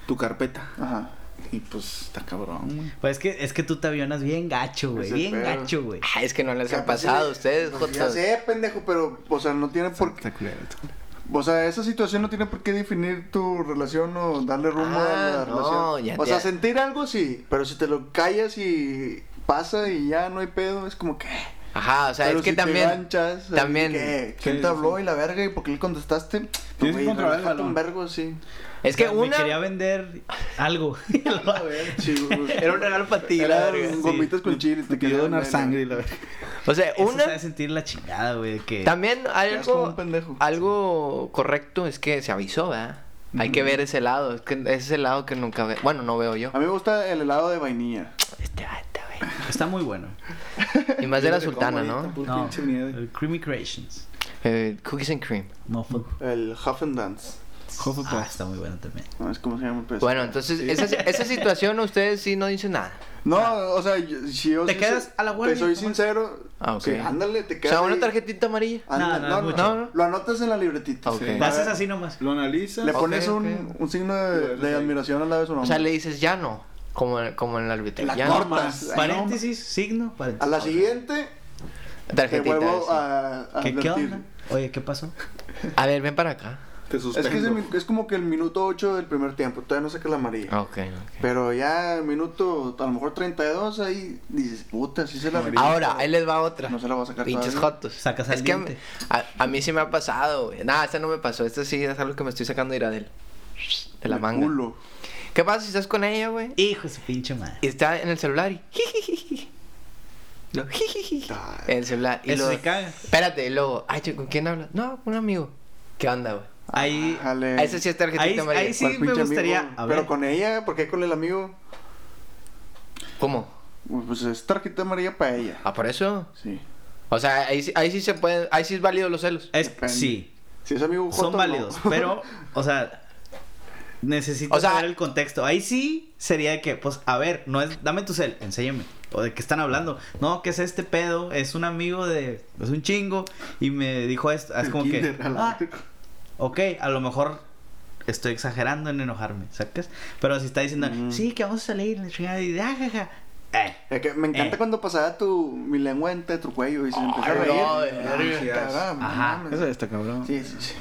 tu carpeta. Ajá. Y pues está cabrón, güey. Pues es que, es que tú te avionas bien gacho, güey. Ese Bien pedo. gacho, güey. Ah, es que no les ha Capaz pasado a de- ustedes, pues, jotas. Ya sé, pendejo, pero, o sea, no tiene por qué. Está culero, está culero. O sea, esa situación no tiene por qué definir tu relación o darle rumbo Ah, a la no, relación. ya o te- sea, sentir algo sí, pero si te lo callas y pasa y ya no hay pedo, es como que. Ajá, o sea, pero es que si te también. ganchas, ahí también- que, ¿Quién Sí, te sí, habló y la verga y por qué le contestaste? Pues, que güey, controlar el relájate un balón. vergo, sí. Es que O sea, Me quería una. vender algo. Sí, güey. Era un regalo para ti, la Era verga. un gomitas con chile. Te quería donar sangre y la verdad. O sea, Una... una. sabe sentir la chingada, güey. Que... También hay Quedas como algo, un pendejo. algo correcto es que se avisó, ¿verdad? Hay que ver ese lado, es que ese es el lado que nunca veo. Bueno, no veo yo. A mí me gusta el helado de vainilla. Este vato, güey. Está muy bueno. Y más de la sultana, ¿no? No, pinche nieve. el Creamy Creations. Eh, cookies and cream. No, fue- El Huff and Dance. Ah, está muy bueno también. No es como se llama el pedazo. Bueno, entonces, esa, esa situación ustedes sí no dicen nada. No, o sea, yo- si yo. Te sí quedas soy- a la Te guardia, soy nomás. sincero. Ah, ok. sí, ándale, te O quedas. sea, una ahí. Ah, tarjetita amarilla. Ándale, No, no, es mucho. No, no. Lo anotas en la libretita. Ok. Lo haces así nomás. Lo analizas. Le Ok, pones un, ok. un signo de, de admiración al lado de su nombre. O sea, le dices ya no. Como, en- como en el árbitro. La Ya no. cortas. Ay, no, ma- Paréntesis, signo, a paréntesis. la siguiente te Tarjetita. vuelvo sí. a, a ¿Qué, ¿Qué advertir. onda? Oye, ¿qué pasó? A ver, ven para acá. Te Es suspendo. que es, el min- es como que el minuto 8 del primer tiempo. Todavía no saca la amarilla. Ah, Ok, ok. Pero ya el minuto, a lo mejor 32, ahí dices, puta, sí se la amarilla. Ahora, ahí les va otra. No se la voy a sacar Pinches todavía. jotos. Sacas al Es que a, diente. a- a mí sí me ha pasado, güey. Nada, esta no me pasó. Esta sí es algo que me estoy sacando de Iradel. De la El manga. culo. ¿Qué pasa si estás con ella, güey? Hijo de su pinche madre. Y está en el celular y... jijijiji. Lo jijijiji. En el celular. Y Eso luego- se caga. Espérate, y luego... Ay, che, ¿con quién hablas? No, con un amigo. ¿Qué onda, güey? Ahí, Ah, Jale. A Ese sí ahí, es tarjetita amarilla. ahí sí ¿Cuál me pinche gustaría. amigo? A ver, Pero con ella, ¿por qué con el amigo? ¿Cómo? Uy, Pues es tarjeta amarilla para ella. Ah, por eso. Sí. O sea, ahí, sí- ahí sí se pueden... Ahí sí es válido los celos. es, Depende. sí, Si es amigo Joto, son no. válidos, pero, o sea, necesito O sea- saber el contexto. Ahí sí sería de que, pues, a ver, no es, dame tu cel, enséñame. O de qué están hablando. No, que es este pedo, es un amigo de, es un chingo, y me dijo esto. Es como que, Kinder, a la ah, ok, a lo mejor estoy exagerando en enojarme, ¿sacas? Pero si está diciendo, Mm. sí, que vamos a salir, la chingada, y de, ah, ja, ja. Eh, Es que me encanta Eh. cuando pasaba tu, mi lengua entre tu cuello y se empezó a no, reír. de Ah, verga. sí, ah, no Ajá. mames. Eso está cabrón. Sí, sí, sí.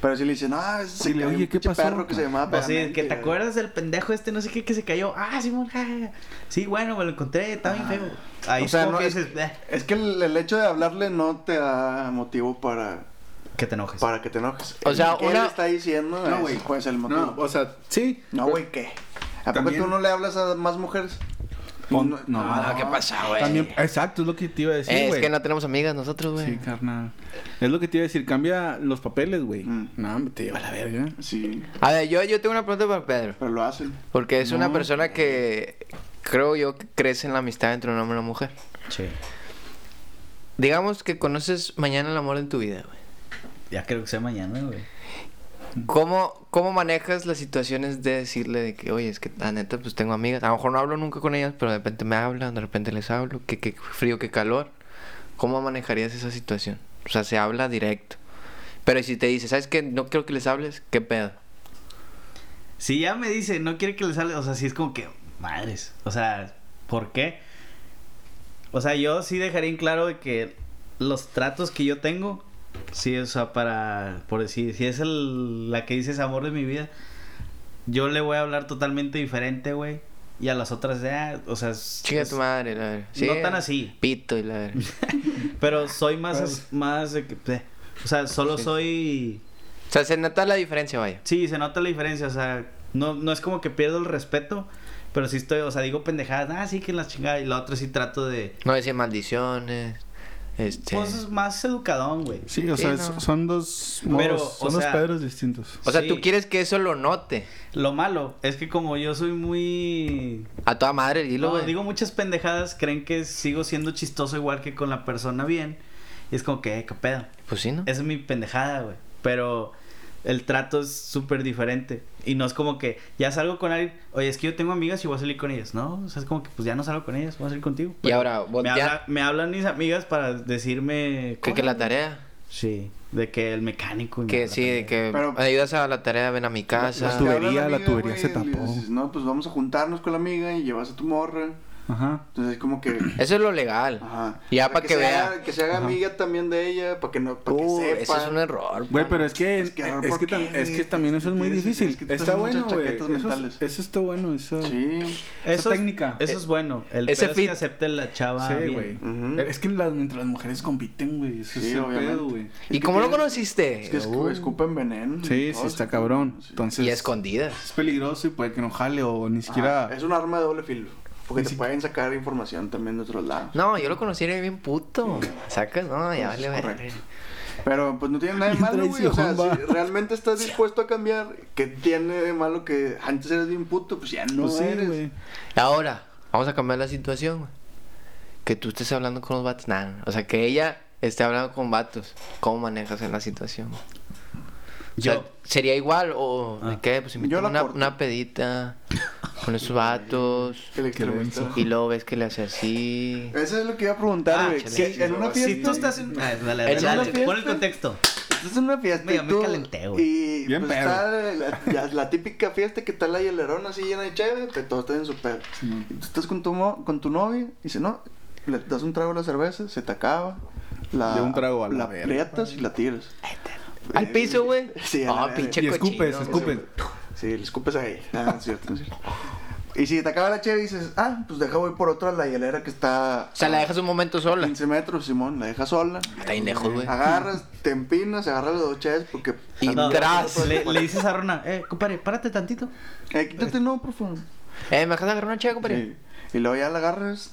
Pero si le dicen, ah, ese se Dile, cayó un oye, ¿qué pinche pasó? perro que se llamaba O Pues sí, Pegamento", que te y- acuerdas del pendejo este, no sé qué, que se cayó. Ah, Simón, ja, ja, ja. Sí, bueno, me lo encontré, está bien feo. Ahí Ah. O sea, como no, que es- dices, "Bleh", Es que el, el hecho de hablarle no te da motivo para, que te enojes. para que te enojes. O sea, El que una- él está diciendo No, güey. Ese puede ser el No, motivo. o sea, sí. No, güey, ¿qué? ¿A poco También- tú no le hablas a más mujeres? Pon- No, no, Ah, ¿qué pasa, güey? También, exacto, es lo que te iba a decir, Eh, güey. es que no tenemos amigas nosotros, güey. Sí, carnal. Mm. Es lo que te iba a decir, cambia los papeles, güey. No, hombre, te lleva la verga. Sí, A ver, yo, yo tengo una pregunta para Pedro. pero lo hacen. Porque es una persona que creo yo que crece en la amistad entre un hombre y una mujer. Sí. Digamos que conoces mañana el amor de tu vida, güey. Ya creo que sea mañana, güey. ¿Cómo, ¿Cómo manejas las situaciones de decirle de que, oye, es que la neta, pues tengo amigas, a lo mejor no hablo nunca con ellas, pero de repente me hablan, de repente les hablo, que, que frío, qué calor? ¿Cómo manejarías esa situación? O sea, se habla directo. Pero si te dice, ¿sabes qué? No quiero que les hables, ¿qué pedo? Si ya me dice, no quiere que le salga, o sea, sí es como que, madres, o sea, ¿por qué? O sea, yo sí dejaría en claro de que los tratos que yo tengo, sí, o sea, para, por decir, si es el, la que dices amor de mi vida, yo le voy a hablar totalmente diferente, güey. Y a las otras, ya, o sea, es- Chinga es- tu madre, la verdad. No tan así. Pito y la verdad. pero soy más, más de que, eh, o sea, solo soy... O sea, se nota la diferencia, vaya. Sí, se nota la diferencia, o sea, no, no es como que pierdo el respeto, pero sí estoy, o sea, digo pendejadas, ah, sí que la chingada, y la otra sí trato de... No decir maldiciones. Este. Pues es más educadón, güey. Sí, o Sí, sea, no. son- son dos modos, Pero, o son dos sea- Pedros distintos. o sea, tú sí. quieres que eso lo note. Lo malo es que como yo soy muy... A toda madre, dilo, No, güey. digo muchas pendejadas, creen que sigo siendo chistoso igual que con la persona bien, y es como que, eh, qué pedo. Pues sí, ¿no? Esa es mi pendejada, güey. Pero el trato es súper diferente. Y no es como que ya salgo con alguien. Oye, es que yo tengo amigas y voy a salir con ellas. No, o sea, es como que pues ya no salgo con ellas, voy a salir contigo. Y ahora, me, voltea- habla- me hablan mis amigas para decirme. Que, que cosas. la tarea. Sí, de que el mecánico. y me Que habla sí, de también. que Pero- me ayudas a la tarea, ven a mi casa. Pues tú- tubería, Te habla la amiga, tubería se güey, y le tapó. dices, no, pues vamos a juntarnos con la amiga y llevas a tu morra. Ajá. Entonces es como que... Eso es lo legal. Ajá. O Ya sea, para que, se vea. haga- que se haga amiga también de ella, para que no... Para Uh, que sepa. eso es un error. Güey, pa. pero es que es Es que, que a ver, ¿por qué, tam- es que güey? también eso es muy Tienes- difícil. es que tú está haces muchas bueno, güey. chaquetas Eso, es- mentales. eso está bueno, eso. Sí. esa es- técnica. Eso es bueno. El Ese pedo es fit. que acepte la chava. Sí, bien. güey. Ujú. Es que las, mientras las mujeres compiten, güey. Eso Sí, es el obviamente. pedo, güey. ¿Y Es que cómo lo tiene- conociste? Es que escu- Uh, escupen veneno. Sí, sí, todo está escupen- cabrón. Sí. Entonces. y escondidas. Es peligroso y puede que no jale o ni siquiera. Ajá, Ah, Es un arma de doble filo. Porque Ni te si- pueden sacar información también de otros lados. No, yo lo conocí era bien puto. Sacas, no, ya vale, Correcto. verga. Pero pues no tiene nada de Bien malo, güey. O sea, traición, si va. realmente estás dispuesto a cambiar, que tiene de malo que antes eras bien puto, pues ya no Pues sí, eres. güey. Ahora, vamos a cambiar la situación, güey. Que tú estés hablando con los vatos. Nah, o sea, que ella esté hablando con vatos. ¿Cómo manejas en la situación? güey? O sea, Yo- ¿Sería igual o Ah. qué? Pues Yo invitar la una, corto. una pedita con esos vatos. El extremista. Y luego ves que le hace así. Eso es lo que iba a preguntar, Ah, güey. chale. Si en una fiesta. Si tú estás en. Ah, dale, dale, En dale, una Pon el fiesta. contexto. Estás en una fiesta. Mira, y me tú- calenté, güey. Y Bien pues pedo. está la, la- la típica fiesta que está la hielerona así llena de chévere, que todos están en su pedo. Y tú estás con tu, mo- con tu novia y dice, no, le das un trago a la cerveza, se te acaba. La, De un trago a la La verga. aprietas y la tiras. Al piso, güey. Sí, a la Ah, verga. pinche Y escupes, cochino, escupes. Sí, le escupes ahí. Ah, no es cierto, no es cierto. Y si te acaba la cheve y dices, ah, pues deja voy por otra a la hielera que está O sea, la dejas un momento sola. 15 metros, Simón, la dejas sola. Está bien lejos, güey. Agarras, te empinas, agarras las dos cheves porque... Y Ah, no, tras. Le, le dices a Rona, eh, compadre, párate tantito. Eh, quítate, no, por favor. Eh, ¿me dejas agarrar una chica, compadre? Sí. Y luego ya la agarras,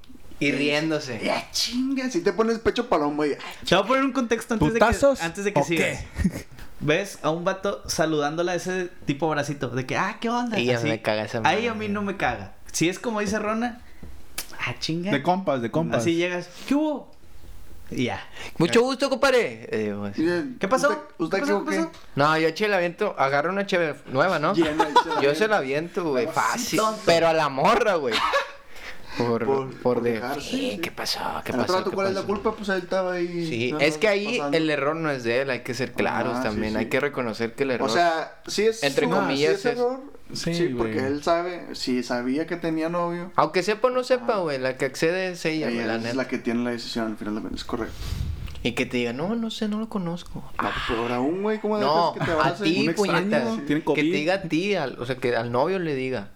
Y riéndose. Ya chinga, si te pones pecho palomo y... Te voy a poner un contexto antes de ¿Putazos que, antes de que o sigas. ¿Ves a un vato saludándola a ese tipo bracito? De que, ah, ¿qué onda? Y ya me caga esa Ahí a madre. mí no me caga. Si es como dice Rona, ah, chinga. De compas, de compas. Así llegas, ¿qué hubo? Y ya. Mucho gusto, compadre. Eh, pues, Le digo así. ¿Qué pasó? ¿Usted, usted ¿Qué pasó? qué? ¿Qué o pasó? No, yo che la aviento, agarro una cheve nueva, ¿no? Llena y se la yo se la aviento, güey, fácil. tonto. Pero a la morra, güey. Por, Por- por, por de... dejarse, Sí, sí. ¿Qué pasó? ¿Qué qué? Al pasó? rato, ¿Qué ¿cuál es la pasó? culpa? Pues él estaba ahí. Sí, nada es que más ahí pasando. el error no es de él, hay que ser claros Ah, sí, también, sí. hay que reconocer que el error... O sea, sí es. Entre no, comillas, sí es es- error. Sí, Sí, porque güey. él sabe, si sabía que tenía novio, Aunque sepa o no sepa, güey, la que accede es ella, güey, ah. ella la es neta. la que tiene la decisión al final de cuentas, correcto. Y que te diga, no, no sé, no lo conozco. No, pues, peor aún, güey, ¿cómo Ah. dejas No, que te a abrace? ti, un extraño, puñeta. sí. Tiene Que te COVID. diga a ti, al- o sea, que al novio le diga.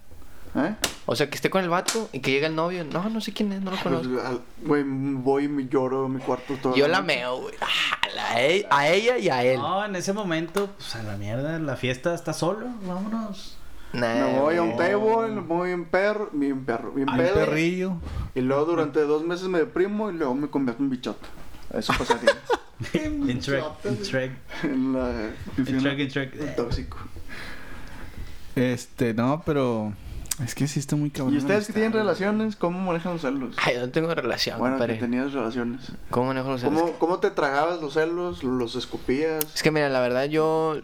¿Eh? O sea, que esté con el vato y que llegue el novio. No, no sé quién es, no lo Pues, conozco. al- Güey, voy y me lloro en mi cuarto todo. Yo la meo, güey. A, la- e, a ella y a él. No, en ese momento, pues a la mierda, la fiesta está solo, vámonos. Nah, Me voy a un güey. table, voy en perro, bien perro, bien Un pedo, perrillo. Y luego durante dos meses me deprimo y luego me convierto en bichota. Eso pasaría. En Shrek, en Shrek, en la... en Shrek, en Shrek. Eh, Tóxico. Este, no, pero. Es que sí está muy cabrón. ¿Y ustedes que que tienen relaciones, cómo manejan los celos? Ay, yo Ah, no tengo relación, Bueno, que compadre. tenías relaciones. ¿Cómo manejo los celos? ¿Cómo, ¿Cómo te tragabas los celos? ¿Los escupías? Es que mira, la verdad yo.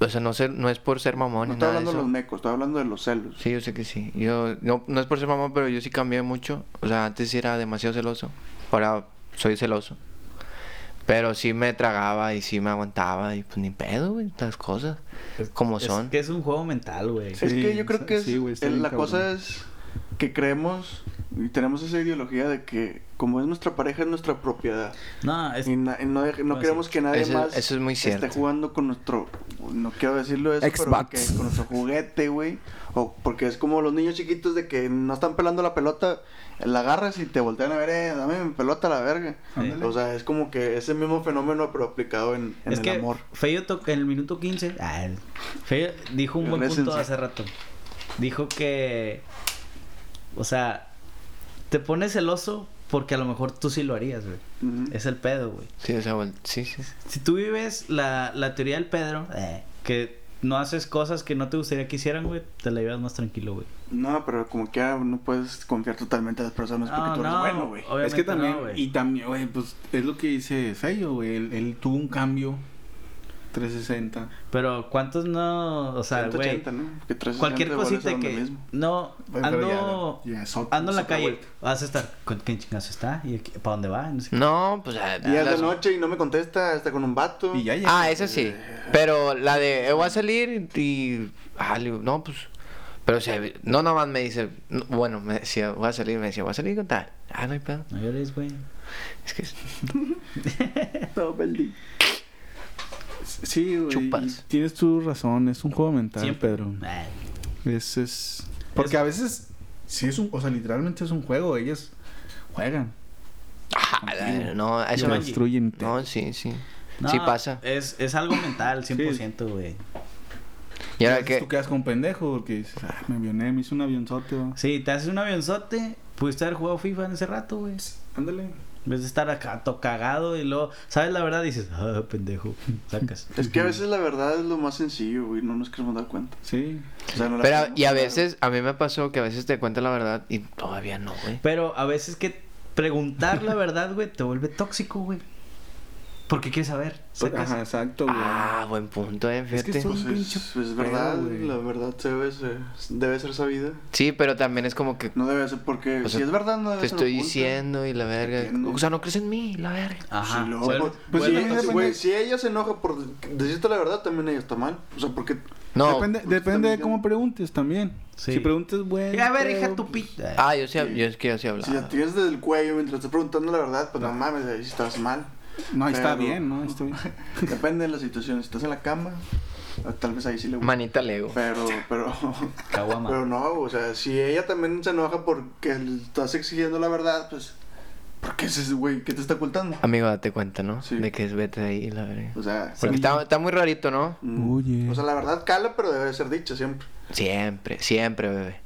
O sea, no, sé, no es por ser mamón No ni estoy nada de hablando de eso. los mecos, estoy hablando de los celos. Sí, yo sé que sí. Yo, no, no es por ser mamón, pero yo sí cambié mucho. O sea, antes sí era demasiado celoso. Ahora soy celoso. Pero sí me tragaba y sí me aguantaba. Y pues ni pedo, güey, las cosas. como es son. que es un juego mental, güey. es que yo Sí, creo que es, sí, güey, está el- bien la cabrón. cosa es que creemos y tenemos esa ideología de que como es nuestra pareja es nuestra propiedad. No, es Y na- y no, dej- no Pues queremos que nadie Eso- más eso es muy cierto. esté jugando con nuestro, no quiero decirlo eso, pero Xbox. que con nuestro juguete, güey. O porque es como los niños chiquitos de que no están pelando la pelota, la agarras y te voltean a ver, eh, dame mi pelota a la verga. Ándale. O sea, es como que ese mismo fenómeno pero aplicado en, en es el que amor. Feyo toca en el minuto 15. ah, el- Feyo dijo un buen punto Regrésense. hace rato. Dijo que. O sea, te pones celoso porque a lo mejor tú sí lo harías, güey. Ujú. Es el pedo, güey. Sí, o sea, bueno, sí, sí. Si tú vives la, la teoría del Pedro, eh, que no haces cosas que no te gustaría que hicieran, güey, te la llevas más tranquilo, güey. No, pero como que no puedes confiar totalmente a las personas porque No, tú eres no, bueno, güey. obviamente Es que también, no, güey. y también, güey, pues es lo que dice Fello, güey. Él, él tuvo un cambio 360. Pero ¿cuántos no? O sea, güey. 180, ¿no? Porque 360 Cualquier vuelves a cosita pues, donde que... mismo. No, Pero ando... ya- ya es otro- ando en es la otra calle. vuelta. Vas a estar... ¿Con quién chingazo está? ¿Y para dónde va? No sé Mm. qué. No, pues. ah, Y es las- de noche y no me contesta, está con un vato. Y ya, ya. Ah, esa sí. Pero la de eh, voy a salir y. Ah, le digo, no, pues. Pero o sea, no nomás me dice. no, bueno, me decía, voy a salir, me decía, voy a salir con tal. Ah, no hay pedo. No llores, güey. Es que es- Sí, güey. y Chupas. Tienes tu razón, es un juego mental, Siempre. Pedro. Eh, Es, es... Porque a veces, sí es un, o sea, literalmente es un juego, ellas juegan. Ah, la- no, eso Te no. destruyen. No, sí, sí. no, sí pasa. Es, es algo mental, 100%, güey. Y a ahora veces que. tú quedas con pendejo porque dices, ah, me avioné, me hice un avionzote. va". Sí, te haces un avionzote, pudiste haber jugado FIFA en ese rato, güey. Ándale. En vez de estar acá to cagado y luego, ¿sabes la verdad? Dices, ah, pendejo, sacas. Es que a veces la verdad es lo más sencillo, güey. No nos queremos dar cuenta. Sí. O sea, no la Pero, queremos y a dar. veces, a mí me pasó que a veces te cuentan la verdad y todavía no, güey. Pero a veces que preguntar la verdad, güey, te vuelve tóxico, güey. Porque quieres saber, sacas. Pues, Ajá, exacto, güey. Ah, buen punto, eh, Es que fíjate. son- Pues es, pinche es verdad, pedo, güey. la verdad se debe, ser- debe ser sabida. Sí, pero también es como que No debe ser porque O sea, si es verdad, no debe te ser. estoy oculta. diciendo y la verga. Entiendo. O sea, no crees en mí, la verga. Ajá. Y luego, Vuelve- pues pues vuelve sí, también tóxico. depende- güey, si ella se enoja por decirte la verdad, también ella está mal. O sea, porque. No. Depende, depende de cómo preguntes también. Sí. Si preguntas, bueno. A ver, hija pero- tu pita. Ah, yo sí, yo es que yo sí hablaba. Si la tienes desde el cuello mientras estás preguntando la verdad, pues no, mames, ahí sí estás mal. No, ahí está Pero- bien, ¿no? Ahí está bien. Depende de la situación. Si estás en la cama, tal vez ahí sí le gusta. Manita Lego. Pero, pero. Caguama. Pero no, o sea, si ella también se enoja porque le estás exigiendo la verdad, pues. ¿Por qué es ese güey? ¿Qué te está ocultando? Amigo, date cuenta, ¿no? Sí. De que es vete de ahí, la verga. O sea. Porque está, está muy rarito, ¿no? mm, Oye. O sea, la verdad cala, pero debe ser dicha siempre. Siempre, siempre, bebé.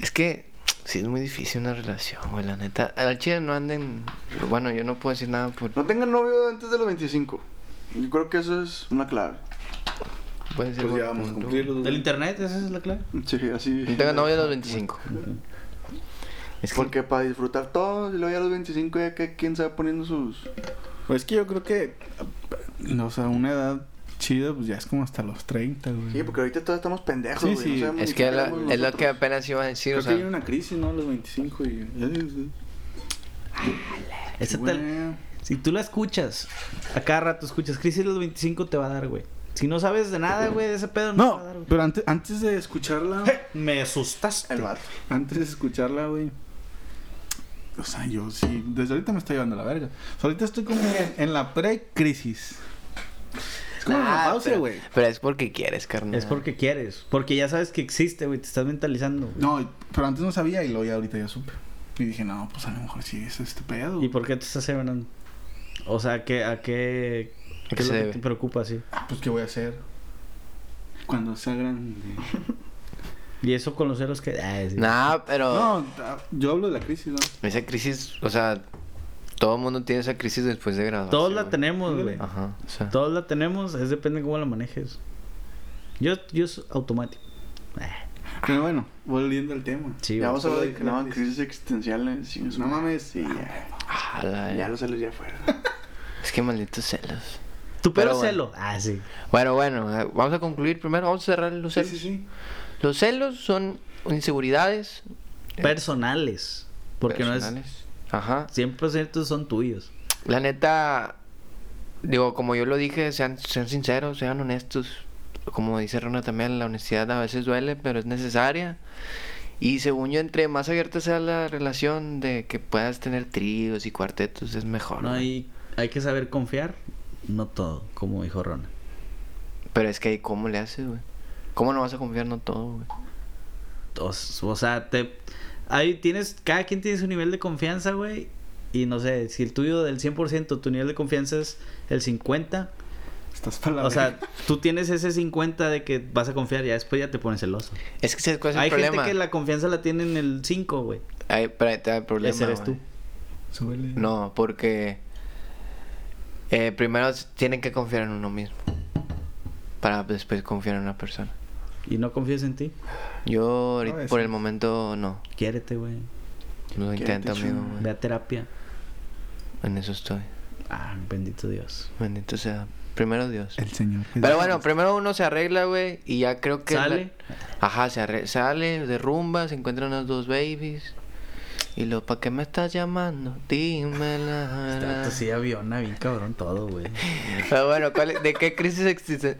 Es que sí es muy difícil una relación, güey, la neta. Al chile no anden. Bueno, yo no puedo decir nada por. No tengan novio antes de los 25. Yo creo que eso es una clave. Puede ser Pues buen ya vamos a punto. Ah, cumplir los ¿Del internet? ¿Esa es la clave? Sí, así. No tengo novio a los 25. Es que- Porque para disfrutar todo, y luego ya a los 25 ya que quién sabe poniendo sus... Pues es que yo creo que, o sea, una edad chida, pues ya es como hasta los 30, güey. Sí, porque ahorita todos estamos pendejos, Sí, güey. sí. sabemos Es ni que qué es la- queremos es lo nosotros. que apenas iba a decir, Creo o que hay sea, una crisis, ¿no? A los 25 y... eh, Esa tal- Güey. Si tú la escuchas, a cada rato escuchas, crisis de los 25 te va a dar, güey. Si no sabes de nada, güey, de ese pedo no, te va a dar, No, güey. pero antes, antes de escucharla... Me asustas. El vato. Antes de escucharla, güey. O sea, yo sí. Desde ahorita me está llevando la verga. O sea, ahorita estoy como en la pre-crisis. Es como Ah, la pausa, pero- güey. Pero es porque quieres, carnal. Es porque quieres. Porque ya sabes que existe, güey. Te estás mentalizando. güey. No, pero antes no sabía y luego ya ahorita ya supe. Y dije, no, pues a lo mejor sí es este pedo. ¿Y pues, por qué te estás separando? O sea, ¿qué, ¿a qué, qué qué es lo se que debe? te preocupa, sí? Ah, Pues, ¿qué voy a hacer? Cuando sea grande. Y eso con los celos que... Ah, sí. Nah, pero No, ah, yo hablo de la crisis, ¿no? esa crisis, o sea, todo el mundo tiene esa crisis después de graduarse. Todos la güey. tenemos, güey. Ajá, o sea. Todos la tenemos. Es depende de cómo la manejes. Yo, yo es automático. Ah, Pero bueno, volviendo al tema. sí, Ya güey. vamos a hablar de Solo que no, de crisis existenciales. sí, No mames. Sí, ya. Ah, la- Ya los celos ya fueron. Es que malditos celos. Tu peor Pero bueno. celo. Ah, sí. Bueno, bueno, eh, vamos a concluir primero, vamos a cerrar los Sí, celos. sí, sí. Los celos son inseguridades. eh, Personales. Porque no es... personales. Ajá. 100% son tuyos. La neta, digo, como yo lo dije, sean, sean sinceros, sean honestos. Como dice Rona también, la honestidad a veces duele, pero es necesaria. Y según yo, entre más abierta sea la relación de que puedas tener tríos y cuartetos, es mejor. No, güey. hay, hay que saber confiar. No todo, como dijo Rona. Pero es que, ¿cómo le haces, güey? ¿Cómo no vas a confiar no todo, güey? O, s- o sea, te... Ahí tienes... Cada quien tiene su nivel de confianza, güey. Y no sé, si el tuyo del 100%, tu nivel de confianza es el 50. Estás para la O sea, verga. tú tienes ese 50 de que vas a confiar. Ya después ya te pones celoso. Es que se cuál es el Hay problema. gente que la confianza la tiene en el 5, güey. Ay, pero ahí te da el problema. Ese eres tú. güey. Súbele. No, porque eh, primero s- tienen que confiar en uno mismo para después confiar en una persona. Y no confías en ti. Yo ahorita, por el veces. momento no, Quiérete, güey. lo intento amigo. güey. Ve a terapia. En eso estoy. Ah, bendito Dios. Bendito sea. Primero Dios. El señor. que- Pero bueno, primero uno se arregla, güey, y ya creo que... Sale. Ajá, se arre- sale, derrumba, se encuentran los dos babies. Y lo, ¿para qué me estás llamando? Dime la verdad". Esto Este sí aviona bien cabrón todo, güey. Pero bueno, ¿cuál es- ¿de qué crisis existen-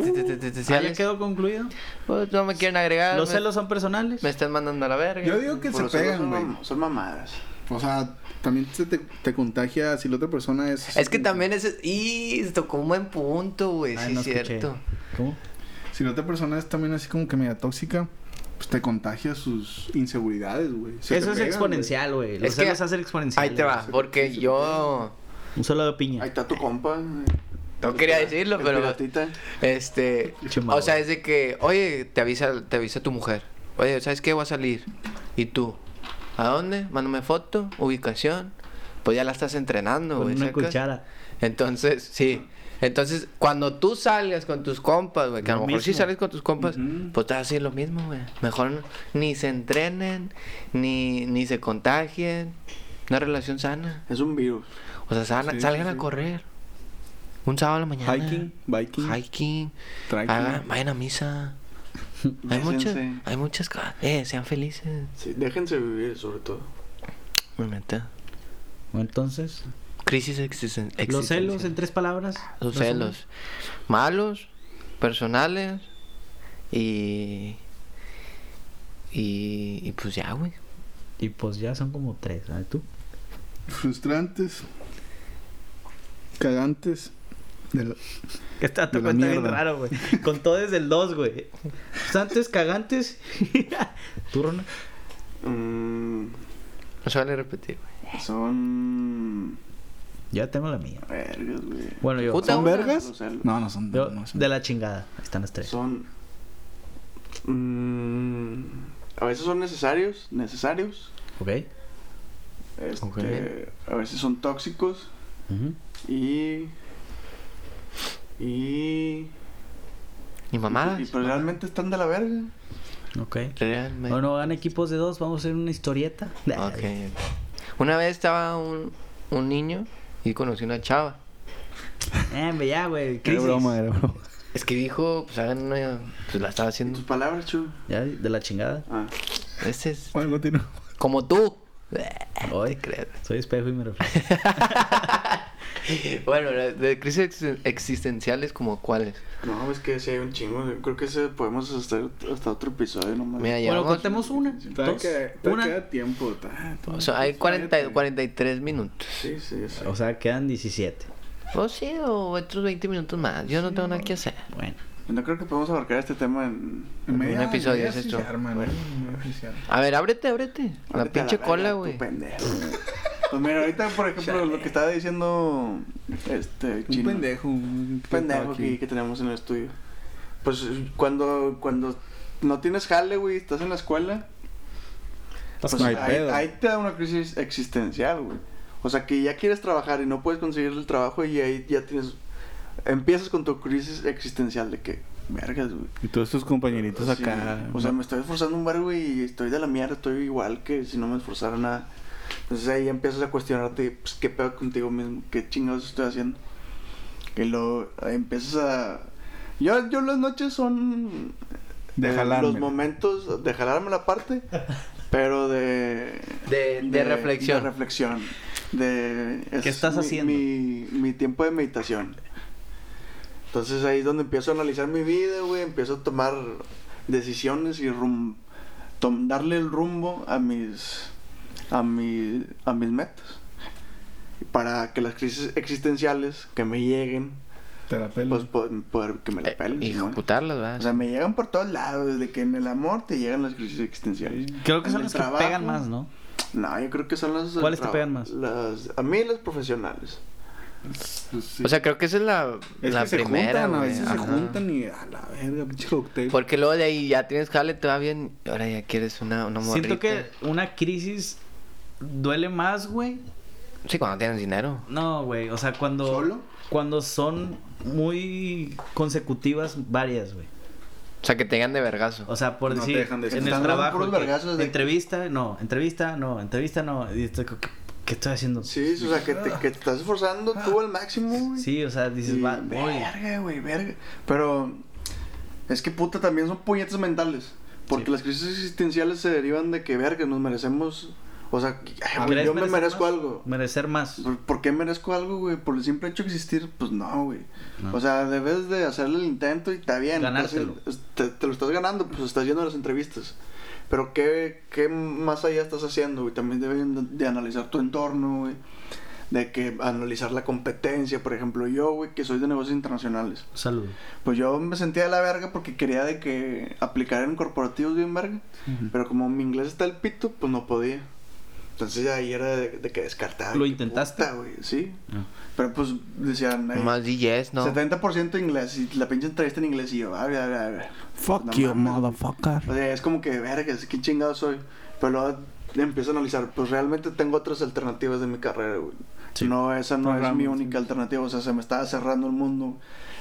Ah, ya existenciales? quedó concluido. Pues no me quieren agregar. Los me- celos son personales. Me están mandando a la verga. Yo digo que Por se los celos pegan, son, güey. mam- son mamadas. O sea, también se te, te contagia si la otra persona es... Es que también es. ¡Y! Se tocó un buen punto, güey. Ay, Sí, no es escuché. cierto. ¿Cómo? Si la otra persona es también así como que media tóxica, pues te contagia sus inseguridades, güey. Se te Eso es pegan, exponencial, güey. Los Es que- celos hacen exponencial. Ahí te va, porque yo. Un solo de Ahí piña. está tu compa. eh. No quería decirlo, el pero. piratita. Este. Chimba, O sea, güey. es de que. Oye, te avisa, te avisa tu mujer. Oye, ¿sabes qué? Voy a salir. ¿Y tú? ¿A dónde? Mándame foto, ubicación. Pues ya la estás entrenando, Con güey. una ¿sacas? cuchara. Entonces, sí. Entonces, cuando tú salgas con tus compas, güey, que a lo, Lo mejor si mismo. sales con tus compas, pues te vas a decir lo mismo, güey. Mejor no- ni se entrenen, ni, ni se contagien. Una relación sana. Es un virus. O sea, sana- Sí, salgan sí, a sí. correr. Un sábado a la mañana. Hiking, biking, Hiking. trekking. Ah, Hagan- vayan a misa. Hay muchas, Bésense. hay muchas cosas. Eh, sean felices. Sí, déjense vivir, sobre todo. Me meta. Entonces, Crisis existen- existencial. los celos en tres palabras. Sus resumen. celos. Malos, personales y... Y, y pues ya, güey. Y pues ya son como tres. ¿sabes tú? Frustrantes. Cagantes. de la- Que está De la cuenta bien mierda. raro, güey. Con todo desde el dos, güey. Santos cagantes. ¿Tú, Rona? Mm, No se vale repetir, güey. son. Ya tengo la mía. Vergas, güey. Bueno, yo. Puta, ¿Son una. vergas? Los celos. No, no son. Yo, no son- de la chingada. Ahí están las tres. Son. mm, a veces son necesarios, necesarios. ¿Ok? Este, Ok. A veces son tóxicos. Ujú. Y. Y. ¿Y mamadas? pues Y, pero realmente están de la verga. Ok. Realmente. Bueno, hagan equipos de dos, vamos a hacer una historieta. Eh, Ok. Una vez estaba un, un niño y conocí una chava. Eh, hombre, ya, güey. Era crisis. broma, era broma. Es que dijo, pues hagan una. Pues la estaba haciendo. Tus palabras, Chu. Ya, de la chingada. Ah. Este es. Bueno, continúa. Como tú. Ah, Hoy, creas. soy espejo y me reflejo. Bueno, la- de crisis ex- existenciales, como cuáles. No, es que sí hay un chingo. de- Creo que ese podemos hacer hasta otro episodio nomás. Mira, Bueno, llevamos. contemos una. Todavía Dos, queda- todavía una. queda tiempo. ta- o sea, hay 40, 43 minutos. Sí, sí, sí. Oh. O sea, quedan 17. O sí, o otros 20 minutos más. Yo no tengo nada que hacer. Bueno. No creo que podamos abarcar este tema en. En media- Un episodio media es sí esto. se arma, ¿no? Media sí se arma. A ver, ábrete, ábrete. La Ándate a pinche verga, cola, tú güey. Eh, pendejo. Pues mira, ahorita, por ejemplo, lo que estaba diciendo. Este. Un Chino. pendejo. Un pendejo aquí que tenemos en el estudio. Pues cuando, cuando no tienes jale, güey, estás en la escuela, Estás pues, ahí, ahí te da una crisis existencial, güey. O sea, que ya quieres trabajar y no puedes conseguir el trabajo y ahí ya tienes... Empiezas con tu crisis existencial de que, vergas, güey. Y todos tus compañeritos Sí, acá. O sea, me estoy esforzando un bar, güey, y estoy de la mierda, estoy igual que si no me esforzara nada. Entonces ahí empiezas a cuestionarte, pues, qué pedo contigo mismo, qué chingados estoy haciendo. Y luego eh, empiezas a... Yo, yo las noches son... De eh, jalármela. Los momentos de jalarme la parte, pero de... De- de reflexión. De reflexión. De, es estás mi- haciendo? Mi, mi tiempo de meditación. Entonces ahí es donde empiezo a analizar mi vida, güey. Empiezo a tomar decisiones y rum tom- darle el rumbo a mis, a, mis, a mis metas. Para que las crisis existenciales que me lleguen, Te la pelo. pues po- poder que me Eh, la pelen. Y ¿no? ejecutarlas, O ¿verdad? sea, me llegan por todos lados. De que en el amor te llegan las crisis existenciales. Creo que En son el las trabajo, que pegan más, ¿no? No, yo creo que son las... del ¿Cuáles te traba- pegan más? Las, a mí las profesionales. Pues, O sea, creo que esa es la, es la que se primera. juntan, a güey. veces se Ajá. juntan y a la verga, pinche cóctel. pues, Porque luego de ahí ya tienes jale, te va bien. y ahora ya quieres una, una Siento morrita. que una crisis duele más, güey. Sí, cuando tienes dinero. No, güey. O sea, cuando. ¿Solo? Cuando son muy consecutivas varias, güey. O sea, que te digan de vergazo. O sea, por No te decir, dejan de- Te en están el dando trabajo, puros que vergazos de- entrevista, no, entrevista, no, entrevista, no. Y estoy como, ¿qué, qué estoy haciendo? Sí, Sí, o sea, que te, que te estás esforzando tú al máximo, güey. o sea, dices, Y va, voy. verga, güey, verga. Pero es que puta también son puñetas mentales. Porque las crisis existenciales se derivan de que, verga, nos merecemos. O sea, que, ay, güey, ¿Mereces yo me merecer merezco más? algo. Merecer más. ¿Por- ¿Por qué merezco algo, güey? ¿Por el simple hecho de existir? Pues no, güey. O sea, debes de hacerle el intento y está bien. Ganártelo. Estás- Te, te lo estás ganando, pues estás yendo a las entrevistas. Pero ¿qué, qué más allá estás haciendo, güey? También deben de, de analizar tu entorno, güey. De que analizar la competencia. Por ejemplo, yo, güey, que soy de negocios internacionales. Salud. Pues yo me sentía de la verga porque quería de que aplicar en corporativos bien verga. Pero como mi inglés está el pito, pues no podía. Entonces ya ahí era de, de que descartaba. ¿Lo que intentaste? puta, güey, sí. Ah. Pero pues decían... eh, Más DJs, ¿no? 70% inglés y la pinche entrevista en inglés y yo... A ver, a ver, a ver. Fuck No you, mames. motherfucker. O sea, es como que verga, qué chingado soy. Pero luego empiezo a analizar, pues realmente tengo otras alternativas de mi carrera, güey. No, esa no es Programas, mi sí. única alternativa, o sea, se me estaba cerrando el mundo.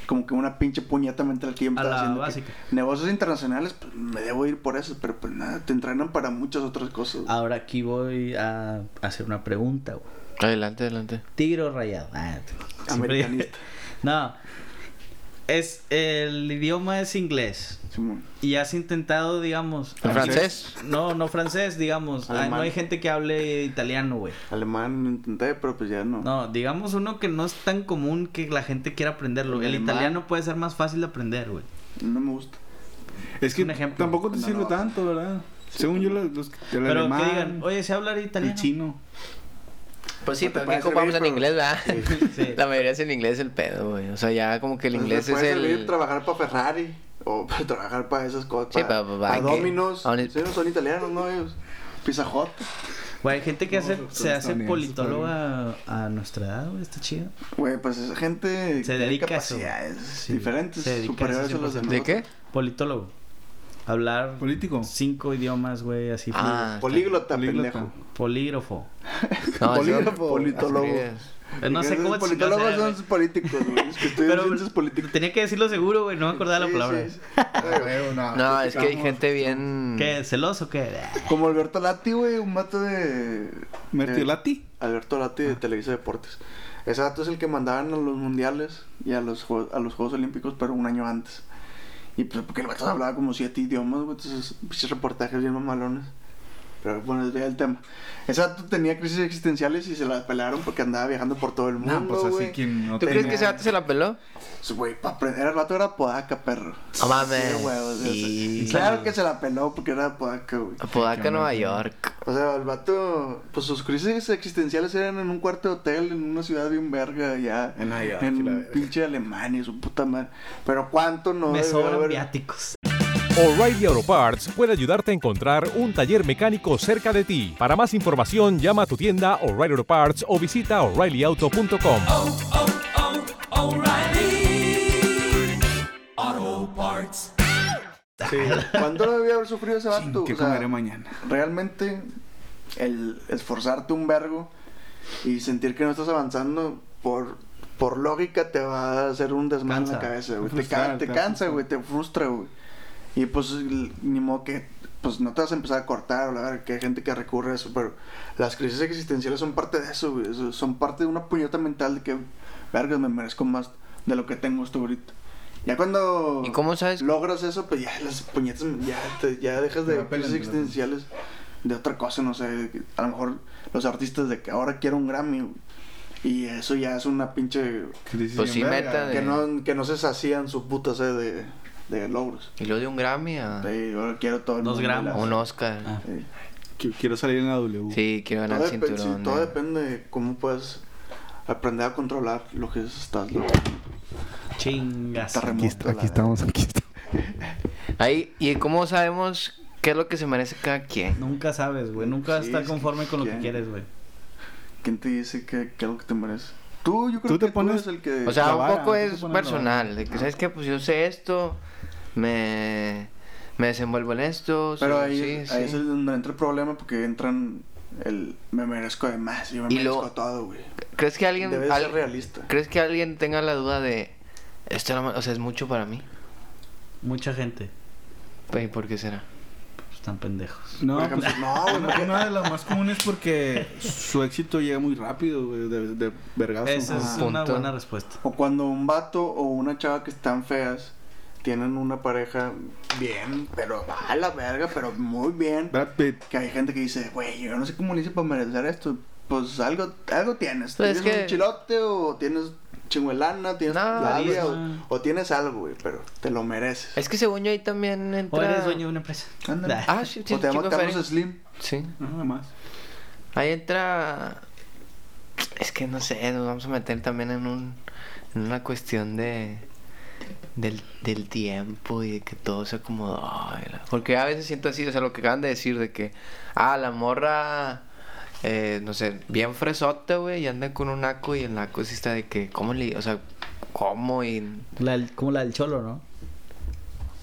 Como que una pinche puñeta mental que yo me A estaba la haciendo. que básica. negocios internacionales, pues me debo ir por eso, pero pues nada, te entrenan para muchas otras cosas. güey. Ahora aquí voy a hacer una pregunta, güey. Adelante, adelante. Tigre o rayado. Ah, siempre- Americanista. no. Es el idioma es inglés. Simón. Y has intentado, digamos. ¿En francés? No, no francés, digamos. Ah, no Alemán. hay gente que hable italiano, güey. Alemán intenté, pero pues ya no. No, digamos uno que no es tan común que la gente quiera aprenderlo. El Alemán. italiano puede ser más fácil de aprender, güey. No me gusta. Es que un ejemplo. tampoco te No, sirve no. tanto, ¿verdad? Según yo, los, los- el Pero alemán, que digan, oye, ¿se habla el italiano? chino. Pues sí, No te pero puede aquí ocupamos en servir, inglés, ¿verdad? Sí. La mayoría es en inglés el pedo, güey. O sea, ya como que el Pues, inglés me es puede servir el... trabajar para Ferrari o para trabajar para esas cosas. Sí, para, pa- pa- para pa- que- Dominos. a un- Sí, no son italianos, ¿no? Ellos. Pizza Hut. Güey, hay gente que hace, los se hace estadounidenses, politóloga a, a nuestra edad, güey. Está chido. Güey, pues esa gente Se tiene dedica a eso. capacidades Sí. diferentes, Se dedica a eso superiores a los demás. 100%. ¿De qué? Politólogo. Hablar Político. cinco idiomas, güey, así. fluido. Ah, Políglota, Políglota. pendejo. Polígrafo. no, así- Polígrafo. Politólogo. escribes. Eh, No sé Esos cómo chingados politólogos era, son güey. los políticos, güey. Los que estudian ciencias políticas. tenía que decirlo seguro, güey. No me acordaba la Sí, palabra. sí, sí. Ay, güey. No, es que hay gente bien. ¿Qué? ¿Celoso o qué? Ah, Como Alberto Lati, güey, un vato de. Mertiolati. Alberto Lati Ah. de Televisa Deportes. Ese vato es el que mandaban a los mundiales y a los, jue- a los Juegos Olímpicos, pero un año antes. Y pues porque el vato hablaba como siete idiomas, güey, entonces pinches reportajes bien mamalones. Pero bueno, es el tema. Ese vato tenía crisis existenciales y se la pelaron porque andaba viajando por todo el mundo, No, pues así güey. quien no ¿Tú crees que tenga- ese vato se la peló? Su güey, para aprender el vato era podaca, perro. No mames. Sí, güey, o sea, Y- Claro que se la peló porque era podaca, güey. Apodaca, Nueva York. O sea, el vato, pues sus crisis existenciales eran en un cuarto de hotel, en una ciudad bien verga, allá. En Nueva York, En la verga. pinche Alemania, su puta madre. Pero cuánto no. Me debió sobran haber- viáticos. O'Reilly Auto Parts puede ayudarte a encontrar un taller mecánico cerca de ti. Para más información, llama a tu tienda O'Reilly Auto Parts o visita oreillyauto.com. ¿Cuánto no debió haber sufrido ese vato? ¿Qué O sea, comeré mañana? realmente, el esforzarte un vergo y sentir que no estás avanzando por, por lógica te va a hacer un desmadre en la Cansa. cabeza, güey. Te Te, ca- frustra, te te cansa, frustra. güey, te frustra, güey. Y pues l- ni modo que pues no te vas a empezar a cortar, o la verdad que hay gente que recurre a eso, pero las crisis existenciales son parte de eso, güey. Eso- Son parte de una puñeta mental de que, vergas, me merezco más de lo que tengo hasta ahorita. Ya cuando ¿Y cómo sabes? logras eso, pues ya las puñetas, ya, te- ya dejas Te de crisis la pelan, te la pelan. existenciales de otra cosa, no sé, a lo mejor los artistas de que ahora quiero un Grammy güey, y eso ya es una pinche... Crisis Pues bien sí, verga. meta de- Que no, que no se sacían su puta sed de, de logros. Y luego de un Grammy a Sí, yo quiero todo el Dos mundo, gramos. a un Oscar. Sí. Qui- Quiero salir en la W. Sí, quiero ganar Todo, el depende, sí, cinturón. todo eh. depende de cómo puedes aprender a controlar lo que estás logrando. Chingas. Está remoto, la aquí estamos. Ahí, ¿y cómo sabemos qué es lo que se merece cada quien? Nunca sabes, güey. Nunca Sí, estás es que- conforme con lo que ¿quién? quieres, güey. verdad. ¿Quién te dice que, que es lo que te mereces? Tú, yo creo Tú que te tú pones- eres el que... O sea, la un vara, poco hay que es poner la personal. De Ah. que, ¿sabes qué? Pues yo sé esto, me, me desenvuelvo en esto. Pero sí, ahí, Pues, eh, sí, ahí sí. es el- donde entra el problema porque entran el... Me merezco de más, yo me Y merezco luego- todo, güey. ¿Crees que alguien... Debes al- ser realista. ¿Crees que alguien tenga la duda de... Esto no, me- o sea, es mucho para mí? Mucha gente. Pues, ¿y ¿Por qué será? pues, están pendejos. No, Por ejemplo, pues, no, güey, no. una, una de las más comunes porque su éxito llega muy rápido, güey, de, de vergazo. Esa es una Punto. buena respuesta. O cuando un vato o una chava que están feas tienen una pareja bien, pero a la verga, pero muy bien. Brad Pitt. Que hay gente que dice, güey, yo no sé cómo le hice para merecer esto. Pues algo, algo tienes. Pues es tienes que- un chilote o tienes chinguelana, tienes No, labia carisma. o, o tienes algo, güey, pero te lo mereces. Es que según yo ahí también entra... O eres dueño de una empresa. Ándale. Ah, Ah, sí, sí, o te llamas chico Carlos feria. Slim. Sí. Nada más. Ahí entra. Es que no sé, nos vamos a meter también en un. En una cuestión de. Del, del tiempo y de que todo se acomodó. y la- Porque a veces siento así, o sea, lo que acaban de decir de que. Ah, la morra. eh, no sé, bien fresota, güey, y anda con un naco y el naco sí está de que. ¿Cómo le.? O sea, ¿cómo? Y. La del- como la del Cholo, ¿no?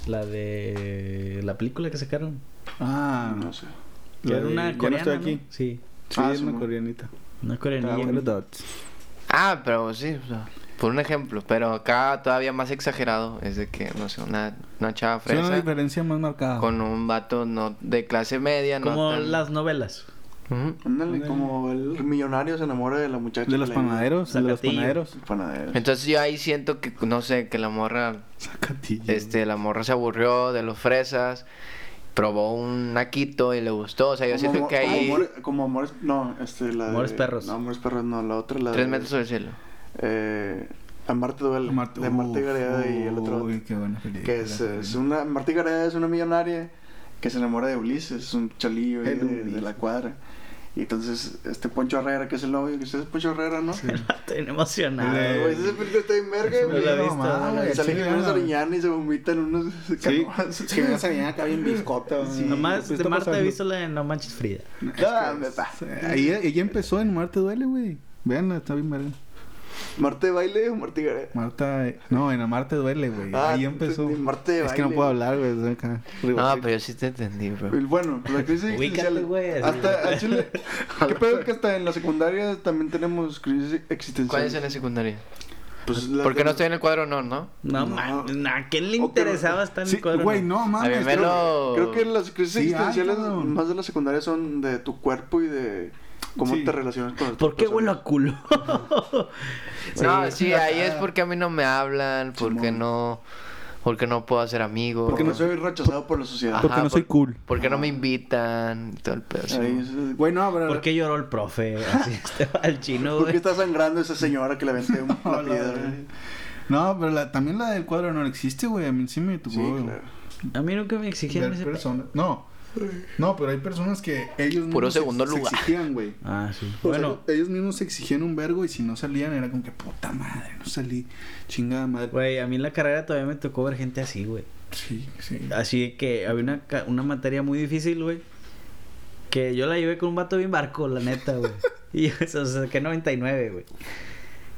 La de la película que sacaron. Ah, No sé. la Que era de una Ya coreana, no estoy ¿no? aquí. Sí, Sí, Ah, es sí, una mo- coreanita. una Está coreanita. Ah, bueno. Dots. Ah, pero sí, o sea, por un ejemplo. Pero acá todavía más exagerado es de que, no sé, una, una chava Sí, fresa. una diferencia más marcada. con un vato no de clase media, no como tan- las novelas. Ujú. Ándale, como el millonario se enamora de la muchacha. De los que le- panaderos, de los Zacatillo. panaderos. Panaderos. Entonces yo ahí siento que no sé, que la morra Zacatillo. este la morra se aburrió de los fresas, probó un naquito y le gustó, o sea, yo siento amor- eh, que ahí Como amores, como amores- no, este, la de- Amores perros. No, amores perros, no, la otra, la tres de, metros sobre el cielo. Eh, Amarte duele. Marte- de Marta Uf, Gareda y el otro. Uy, qué buena película. que es, es una, Marta Gareda es una millonaria que se enamora de Ulises, es un cholillo ahí El de, Ulises. de la cuadra. Y entonces, este Poncho Herrera, que es el novio, que es Poncho Herrera, ¿no? Estoy bien emocionado. Eh, Güey, esa película está bien verga, Esa güey. película, No, mamá, mames, güey, Salen sí, unos claro. ariñanos y se vomitan unos Sí, canoas. que me salían acá bien biscota. güey. Nomás Pues de está Marta he pasando. visto la de No Manches Frida. No, me pa. Ahí ella empezó en Marte Duele, güey. Veanla, está bien verga. ¿Marte de baile o Marta y Gareda? Marta. eh, No, en Amar te duele, güey. Ah, Ahí tú empezó. entendí, Amar te Es que no baile. puedo hablar, güey. estoy acá. No, pero yo sí te entendí, bro. El- Bueno, la crisis Ubícate, existencial. güey, así. Hasta, al chile, ¿Qué pedo que hasta en la secundaria también tenemos crisis existencial? ¿Cuál es en la secundaria? Pues la Porque de- no estoy en el cuadro honor, ¿no? No, No. mames, ¿a quién le O que- interesaba estar en Sí, el cuadro? güey, no A mames. ver, velo. Creo que las crisis Sí, hay, existenciales cabrón. más de la secundaria son de tu cuerpo y de cómo Sí. te relacionas con las ¿Por Pues, qué personas. huelo a culo? No, sí, ahí es porque a mí no me hablan, porque no, porque no puedo hacer amigos. Porque no soy rechazado por la sociedad. Porque no soy cool. Porque no me invitan y todo el pedo. sí. Ahí es- Güey, no, pero. ¿Por qué lloró el profe? Así estaba el chino, ¿Por qué güey. está sangrando esa señora que le aventé una Hola, piedra? güey. No, pero la- también la del cuadro no existe, güey. A mí sí me tocó. Sí, güey. claro. A mí nunca me exigían Ver ese pe- personas. No. No, pero hay personas que ellos Puro mismos se- segundo se, lugar. exigían, güey. Ah, sí. O sea, Bueno, ellos mismos se exigían un vergo y si no salían era como que puta madre, no salí. Chingada madre. güey, a mí en la carrera todavía me tocó ver gente así, güey. Sí, sí. Así que había una, ca- una materia muy difícil, güey. Que yo la llevé con un vato bien barco, la neta, güey. Y eso, o sea, saqué 99, güey.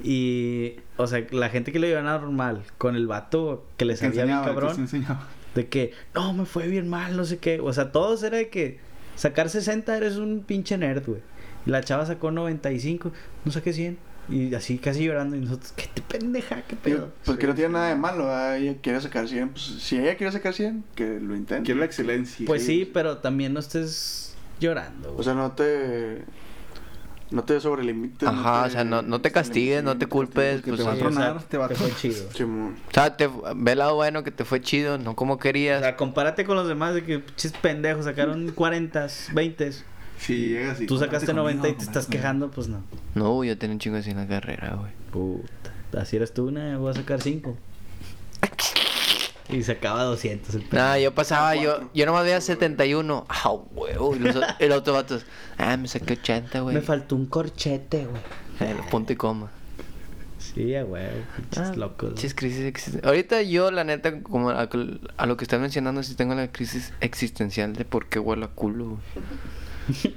Y, o sea, la gente que lo llevaba normal, con el vato que le Te sabía bien enseñaba, te cabrón, enseñaba. de que, no, me fue bien mal, no sé qué. O sea, todos era de que sacar 60 eres un pinche nerd, güey. Y la chava sacó 95, no saqué 100. Y así casi llorando. Y nosotros, qué te pendeja, qué Digo, pedo. pues que no tiene nada de malo. ¿verdad? Ella quiere sacar 100. Pues, si ella quiere sacar 100, que lo intente. Quiero la excelencia. Pues sí, pero también no estés llorando, güey. O sea, no te. No te sobrelimites. Ajá, o sea, no, no te castigues, no te culpes. Que Pues, te va a sí. o sea, tronar, te va a te fue chido. Simón. o sea, te, ve lado bueno que te fue chido, no como O querías. sea, compárate con los demás de que chis pendejos sacaron 40, 20. Si llegas y. Tú sacaste Comparte 90 y te conmigo, estás comparte quejando, pues no. No, yo tenía un chingo así en la carrera, güey. Puta. Así eres tú, una, voy a sacar 5. Y sacaba 200 el pendejo. Nada, yo pasaba, yo, yo nomás veía 71. Ah, huevo. Y los, o- y los otros vatos, ah, me saqué 80, güey. Me faltó un corchete, güey. Eh, Punto y coma. Sí, a huevo. Ah, Pinches locos. güey. pinches crisis existen- Ahorita yo, la neta, como a, a lo que estás mencionando, sí tengo la crisis existencial de por qué huelo a culo. güey.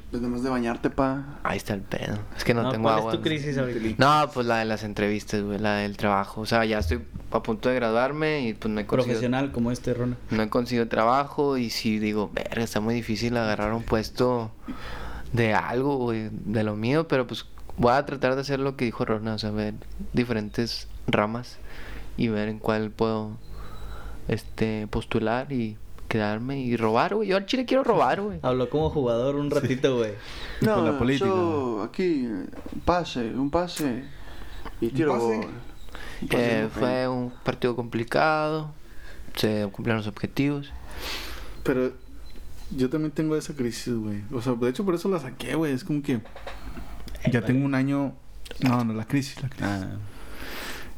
Pues nomás de bañarte, pa. Ahí está el pedo. Es que no, No, tengo ¿cuál agua. es tu crisis ahorita? No, pues la de las entrevistas, güey, la del trabajo. O sea, ya estoy a punto de graduarme y pues no he conseguido, Profesional como este, Rona. no he conseguido trabajo y sí digo, verga, está muy difícil agarrar un puesto de algo, güey, de lo mío, pero pues voy a tratar de hacer lo que dijo Rona, o sea, ver diferentes ramas y ver en cuál puedo este postular y quedarme y robar, güey. Yo al chile quiero robar, güey. Habló como jugador un ratito, güey. No, Con la política. yo aquí, un pase, un pase. Y tiro pase? gol. Un pase, Eh, un penal. fue un partido complicado, se cumplieron los objetivos. Pero yo también tengo esa crisis, güey. O sea, de hecho por eso la saqué, güey. Es como que ya tengo un año... No, no, la crisis, la crisis. Ah.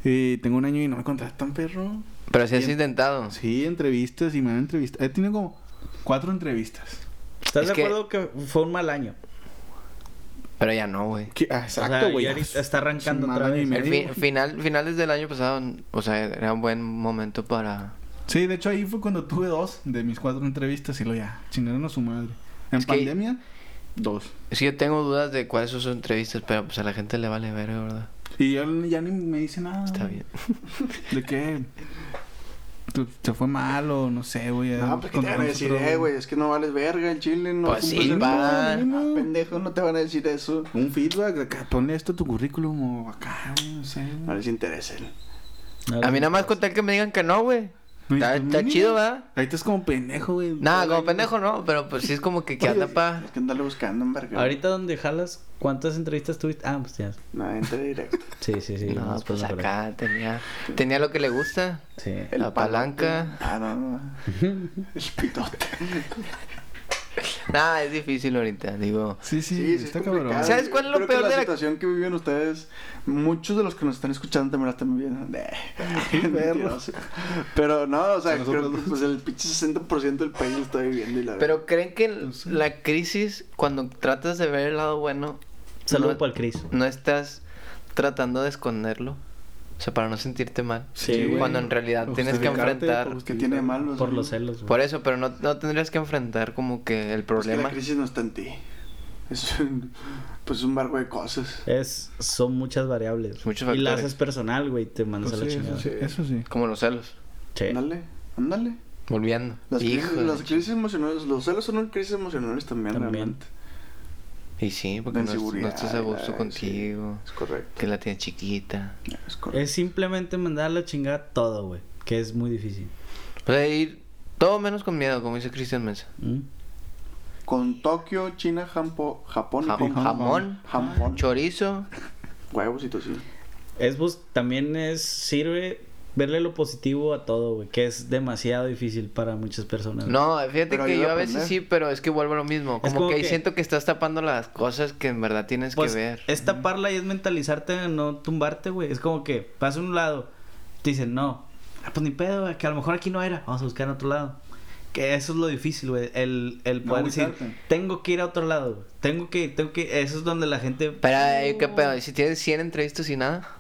Eh, tengo un año y no me contratan, perro. Pero si has Bien. intentado. Sí, entrevistas y me han entrevistado. He tenido como cuatro entrevistas. ¿Estás Es de que- acuerdo que... fue un mal año? Pero ya no, güey. ¿Qué? Ah, exacto, güey. ya ahorita está Es arrancando un otra mal año y vez. medio, El fi- güey. final, finales del año pasado, o sea, era un buen momento para... Sí, de hecho ahí fue cuando tuve dos de mis cuatro entrevistas y lo ya, chingaron a su madre. En Es que- pandemia, dos. Sí, yo tengo dudas de cuáles son sus entrevistas, pero pues a la gente le vale ver, ¿verdad? Y ya, ya ni me dice nada. Está güey. bien. ¿De qué? Tu- ¿Se fue mal o no sé, güey? ya No, pues que te van a contra decir, nosotros, eh, güey, es que no vales verga el chile, no Pues cumples sí, el- va. Ah, pendejo, no te van a decir eso. Un feedback, acá, ponle esto a tu currículum o acá, güey, no sé. No les interesen. A mí nada más con tal que me digan que no, güey. Está, Pues, está mínimo. Pues chido, ¿verdad? Ahí estás como pendejo, güey. Nada, como pendejo no, pero pues sí es como que que anda pa... Es que andarle buscando, en verga. Ahorita donde jalas, ¿cuántas entrevistas tuviste? Ah, pues ya. No, entra directo. Sí, sí, sí. No, más pues por- acá tenía, tenía lo que le gusta. Sí. La palanca. Ah, no, no. El pitote. Nada, es difícil ahorita, digo. Sí, sí, Sí, sí, está es cabrón. complicado. ¿Sabes cuál es lo Creo peor que la de la- situación que viven ustedes? Muchos de los que nos están escuchando también la están viviendo. Nah, mentiroso. Pero no, o sea, creo que pues, el pinche 60% del país lo está viviendo y la Pero creen que la crisis, cuando tratas de ver el lado bueno, Saludo No- para el Cris. no estás tratando de esconderlo. O sea, para no sentirte mal. Sí, güey. Cuando en realidad Para tienes que justificarte, enfrentar. para que tiene de malo. o sea, Por los celos. güey. Por eso, pero no, no tendrías que enfrentar como que es el que problema. la crisis no está en ti. Es un, pues un barco de cosas. Es, son muchas variables. Muchos y la factores. haces personal, güey, te mandas Pues a la sí, eso chingada. sí, eso sí. Como los celos. Sí. Ándale, ándale. Volviendo. Las, Hijo crisis, de las ch- crisis emocionales, los celos son crisis emocionales también, También. realmente. Y sí, porque La no, no inseguridad estás a y la- gusto sí. contigo. Es correcto. Que la tienes chiquita. Es correcto. Es simplemente mandar a la chingada todo, güey, que es muy difícil. O sea, ir todo menos con miedo, como dice Cristian Mesa. ¿Mm? Con Tokio, China, Jampo, Japón, y Jam- Hong Kong. jamón, Jamón. chorizo. Huevos y tocino. Es bus también es sirve verle lo positivo a todo, güey, que es demasiado difícil para muchas personas. No, fíjate Pero que ayuda yo a a veces aprender. sí, pero es que vuelvo a lo mismo. Como, como que ahí que- siento que estás tapando las cosas que en verdad tienes Pues, que ver. Es taparla y es mentalizarte, no tumbarte, güey. Es como que vas a un lado, te dicen, no, ah, pues ni pedo, güey, que a lo mejor aquí no era, vamos a buscar en otro lado. Que eso es lo difícil, güey. El, el No poder decir, agüitarte. tengo que ir a otro lado, güey. Tengo que, tengo que, eso es donde la gente Pero, eh, ¿qué pedo? ¿Y si tienes 100 entrevistas y nada?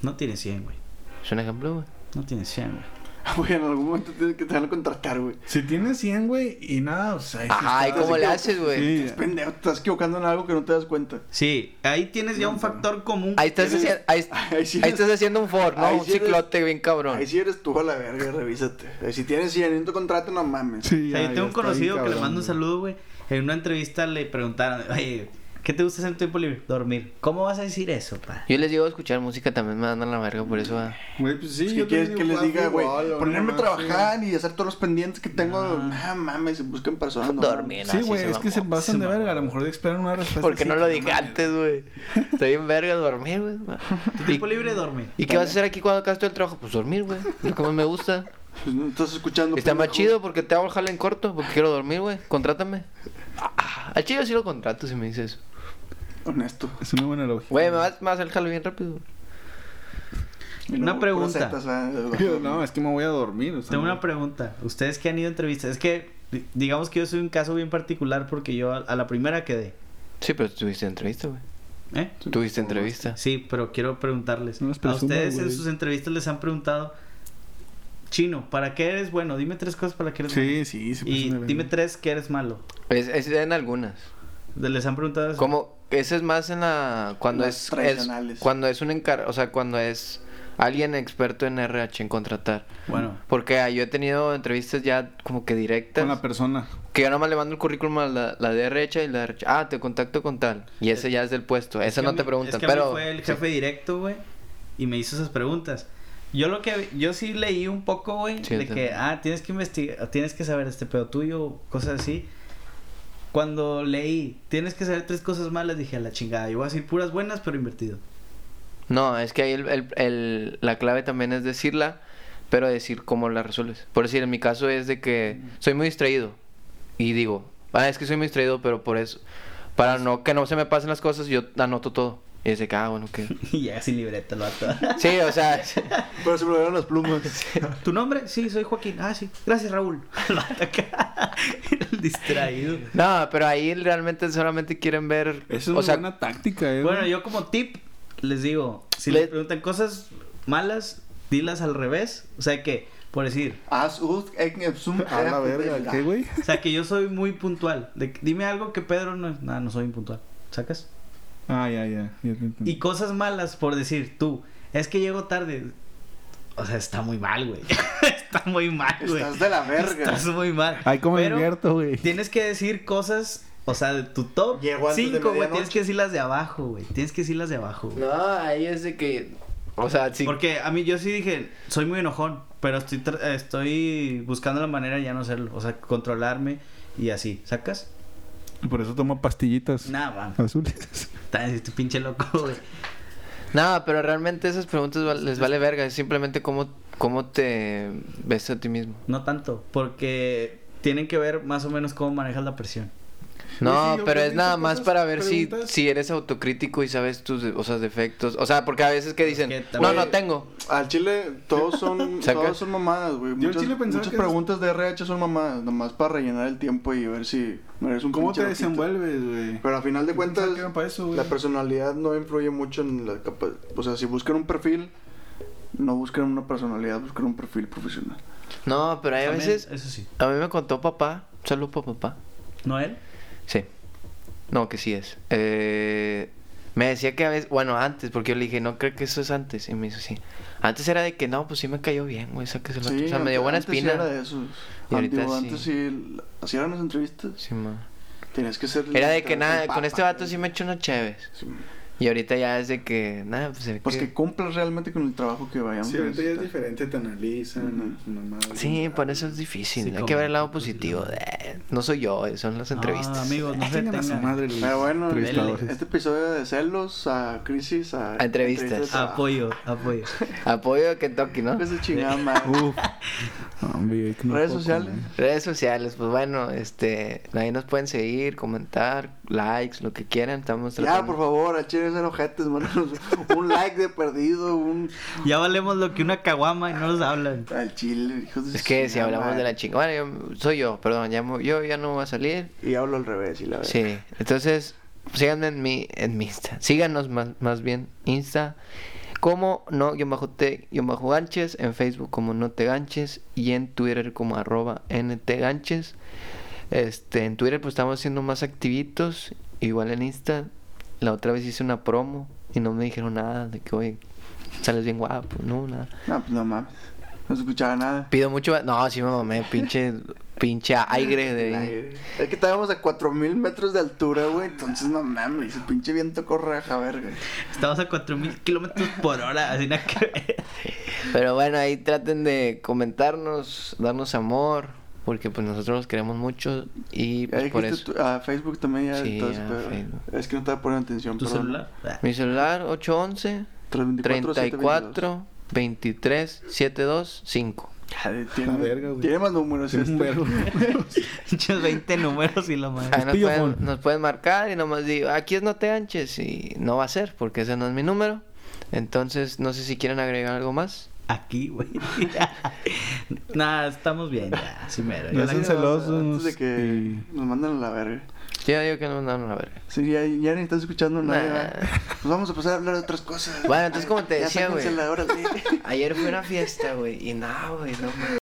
no tiene 100, güey. Es un ejemplo, güey. No tiene 100, güey. Güey, en algún momento tienes que te van a contratar, güey. Si tienes 100, güey, y nada, o sea... ahí sí Ajá, ¿y está- cómo le haces, güey? Sí, Es pendejo, te estás equivocando en algo que no te das cuenta. Sí, ahí tienes ya un factor común. Ahí estás, Ese- haciendo, ahí, ahí sí ahí eres- estás haciendo un Ford, ¿no? ahí Un sí eres- ciclote bien cabrón. Ahí sí eres tú a la verga, revísate. Eh, Si tienes 100 en tu contrato, no mames. Sí, O sea, ya, ya yo tengo un está bien conocido que le cabrón, mando güey. un saludo, güey. En una entrevista le preguntaron, oye, ¿qué te gusta hacer en tu tiempo libre? Dormir. ¿Cómo vas a decir eso, pa? Yo les digo escuchar música, también me dan la verga, por eso... ah. Güey, pues sí, Es yo que quieres que les también jugar diga, güey, fútbol, o ponerme a nomás, trabajar y hacer todos los pendientes que tengo. Ah, mames, se buscan personas. no Dormir. mames. Sí, No, Ah, sí güey, se es que se mamó, pasan de verga. A lo mejor esperan una respuesta. ¿Por qué así, no lo que dije mames. antes, güey? Estoy en verga dormir, güey. Tu ¿Y, tiempo libre, dormir. y qué vas a hacer aquí cuando acabas todo el trabajo? Pues dormir, güey. Lo que más me gusta. Pues no estás escuchando. Está más pendejo. chido porque te hago el jale en corto, porque quiero dormir, güey. Contrátame. Ah, Al chido sí lo contrato si me dices eso. Honesto. Es una buena lógica. Güey, me vas, me vas a hacer el jale bien rápido. güey. Y Una luego, pregunta. puras setas, ah, Yo, No, es que me voy a dormir. O sea, Pues, Tengo una no. pregunta. Ustedes que han ido a entrevistas, es que di- digamos que yo soy un caso bien particular porque yo a, a la primera quedé. Sí, pero tuviste entrevista, güey. ¿Eh? Tuviste entrevista. Sí, pero quiero preguntarles. No las a presumas, ustedes en güey. sus entrevistas les han preguntado, Chino, ¿para qué eres bueno? Dime tres cosas para que eres bueno. Sí, sí, se Y pasan de verga. dime tres que eres malo. Es, es en algunas. De- Les han preguntado eso. Como, eso es más en la. Cuando Las es, es. tradicionales. Cuando es un encar. O sea, cuando es alguien experto en RH en contratar. Bueno, Porque ah, yo he tenido entrevistas ya como que directas. Con la persona. Que yo nomás le mando el currículum a la, la de RH y la de RH. Ah, te contacto con tal. Y ese ya es del puesto. Ese que no a mí- te preguntan. es que a mí pero. fue el jefe directo, güey, y me hizo esas preguntas. Yo lo que yo sí leí un poco, güey, Sí, de yo que también. ah, tienes que investigar, tienes que saber este pedo tuyo, cosas así. Cuando leí, tienes que saber tres cosas malas, dije a la chingada, yo voy a decir puras buenas, pero invertido. No, es que ahí el, el- el- la clave también es decirla, pero decir cómo la resuelves. Por decir, en mi caso es de que soy muy distraído y digo, ah, es que soy muy distraído, pero por eso, para no que no se me pasen las cosas, yo anoto todo. Y dice, ah, bueno, que... y ya sin libreta lo ato. Sí, o sea, sí, Pero se me olvidaron las plumas. ¿Tu nombre? Sí, soy Joaquín. Ah, sí. Gracias, Raúl. Lo vato acá, el distraído. no, pero ahí realmente solamente quieren ver... Esa es o una sea, buena táctica, eh. Bueno, güey. yo como tip les digo, si Le- les preguntan cosas malas, dilas al revés, o sea que por decir, Haz uz, ek, ek, zum, A la ek, verga, ek, ¿qué, güey? o sea que yo soy muy puntual. De que- dime algo que Pedro no es, nada, no soy impuntual. ¿Sacas? Ah, ya, ya. ya te Mm. entendí. Y cosas malas por decir, tú, es que llego tarde. O sea, está muy mal, güey. está muy mal, güey. Estás de la verga. Estás muy mal. Ay, cómo me Pero divierto, güey. Tienes que decir cosas, o sea, de tu top Llego antes de 5, güey, medianoche. tienes que decir las de abajo, güey. Tienes que decir las de abajo, güey. no, ahí es de que... O sea, sí... Porque a mí yo sí dije, soy muy enojón, pero estoy, tra- estoy buscando la manera de ya no serlo. O sea, controlarme y así. ¿Sacas? Y por eso toma pastillitas Nada, man. azules. Estás este pinche loco, güey. No, pero realmente esas preguntas val- les vale verga, es simplemente cómo, cómo te ves a ti mismo. No tanto, porque tienen que ver más o menos cómo manejas la presión. No, Sí, yo pero creo es que nada esas más para ver si, preguntas- si eres autocrítico y sabes tus o sea, defectos. O sea, porque a veces que dicen, que no, también- no tengo. Al chile, todos son, Saca. todos son mamadas, güey. Yo al Muchas, chile pensaba muchas que preguntas de RH son mamadas, nomás para rellenar el tiempo y ver si eres un ¿Cómo pinche loquito. te desenvuelves, güey? Pero al final de Yo cuentas, pensaba que era para eso, güey. la personalidad no influye mucho en la capa- O sea, si buscan un perfil, no busquen una personalidad, busquen un perfil profesional. No, pero hay a También, veces, Eso sí. a mí me contó papá, saludo para papá. ¿No él? Sí. No, que sí es. Eh, me decía que a veces, bueno, antes, porque yo le dije, no creo que eso es antes. Y me dijo, sí. Antes era de que no, pues sí me cayó bien, güey, sáqueselo. Sí, o sea, me dio antes- buena antes sí espina. era de esos. Y ahorita Antiguo, sí. antes sí, l- hacían las entrevistas. Sí, ma. Tenías que ser. Era de literal que nada, el con este papa, vato sí güey. me echo unos chéves. Sí. Y ahorita ya es de que, nada, pues. el Pues que- que cumplas realmente con el trabajo que vayamos Sí, a ahorita ya es necesitar. diferente, te analizan. mamadas. Sí, por eso es difícil. Sí, Ah, Hay que como- ver el lado positivo. de- No soy yo, eh, son las entrevistas. No, amigos, no se Ah, Chingan a su tengan. madre los Pero bueno, entrevistadores. este episodio de celos a crisis a, A entrevistas. a- Apoyo, apoyo. Apoyo de Kentucky, ¿no? Hijos de chingada madre. Uf. Hombre, Vic, no Redes puedo sociales. con él. Redes sociales, pues bueno, este, ahí nos pueden seguir, comentar, likes, lo que quieran, estamos Ya, por favor, al chile no sean ojetes, mano. Un like de perdido, un. Ya valemos lo que una caguama y no nos hablan. Al chile, hijos de su Es que si chingada hablamos de madre. la chinga, bueno, yo- soy yo, perdón, ya, mo- yo ya no voy a salir. Y hablo al revés, y la verdad. Sí, entonces síganme en mi, en mi Insta, síganos más, más bien Insta, como no, yo bajo te, yo bajo ganches, en Facebook como no te ganches y en Twitter como arroba nt ganches. Este, en Twitter pues estamos haciendo más activitos, igual en Insta. La otra vez hice una promo y no me dijeron nada de que, oye, sales bien guapo, no, nada. No, pues no mames. No se escuchaba nada. Pido mucho, no, sí me mamé, pinche, pinche aire de... Ay, Es que estábamos a 4000 metros de altura, güey. Entonces, no mames, ese pinche viento corraja, verga. Estamos a 4000 kilómetros por hora, así nada que ver. Pero bueno, ahí traten de comentarnos, darnos amor, porque pues nosotros los queremos mucho y Ya pues por dijiste eso. tu- a Facebook también ya. Sí, todo ese a pedo. Facebook. Es que no estaba poniendo atención. ¿Tu perdón. celular? Ah, Mi celular 811 324 34 23 72 5. Ya, Ah, de- Tiene, La verga, güey. tiene más números. Tiene un este. vergo. Pinches 20 números y la madre. Ahí nos pillo pueden, phone. nos pueden marcar y nomás digo, aquí es no te anches y no va a ser porque ese no es mi número. Entonces, no sé si quieren agregar algo más. Aquí, güey. Nada, estamos bien, ya, así mero. Yo No la- sean celosos. Antes de que y- nos mandan a la verga. Yo digo que no, no, no, a ver. Sí, ya, ya ni estás escuchando nada. Nah. ¿verdad? Pues vamos a pasar a hablar de otras cosas. Bueno, entonces, como te Ya decía, güey. sáquensela, órale. Ayer fue una fiesta, güey, y nada, güey, no mames.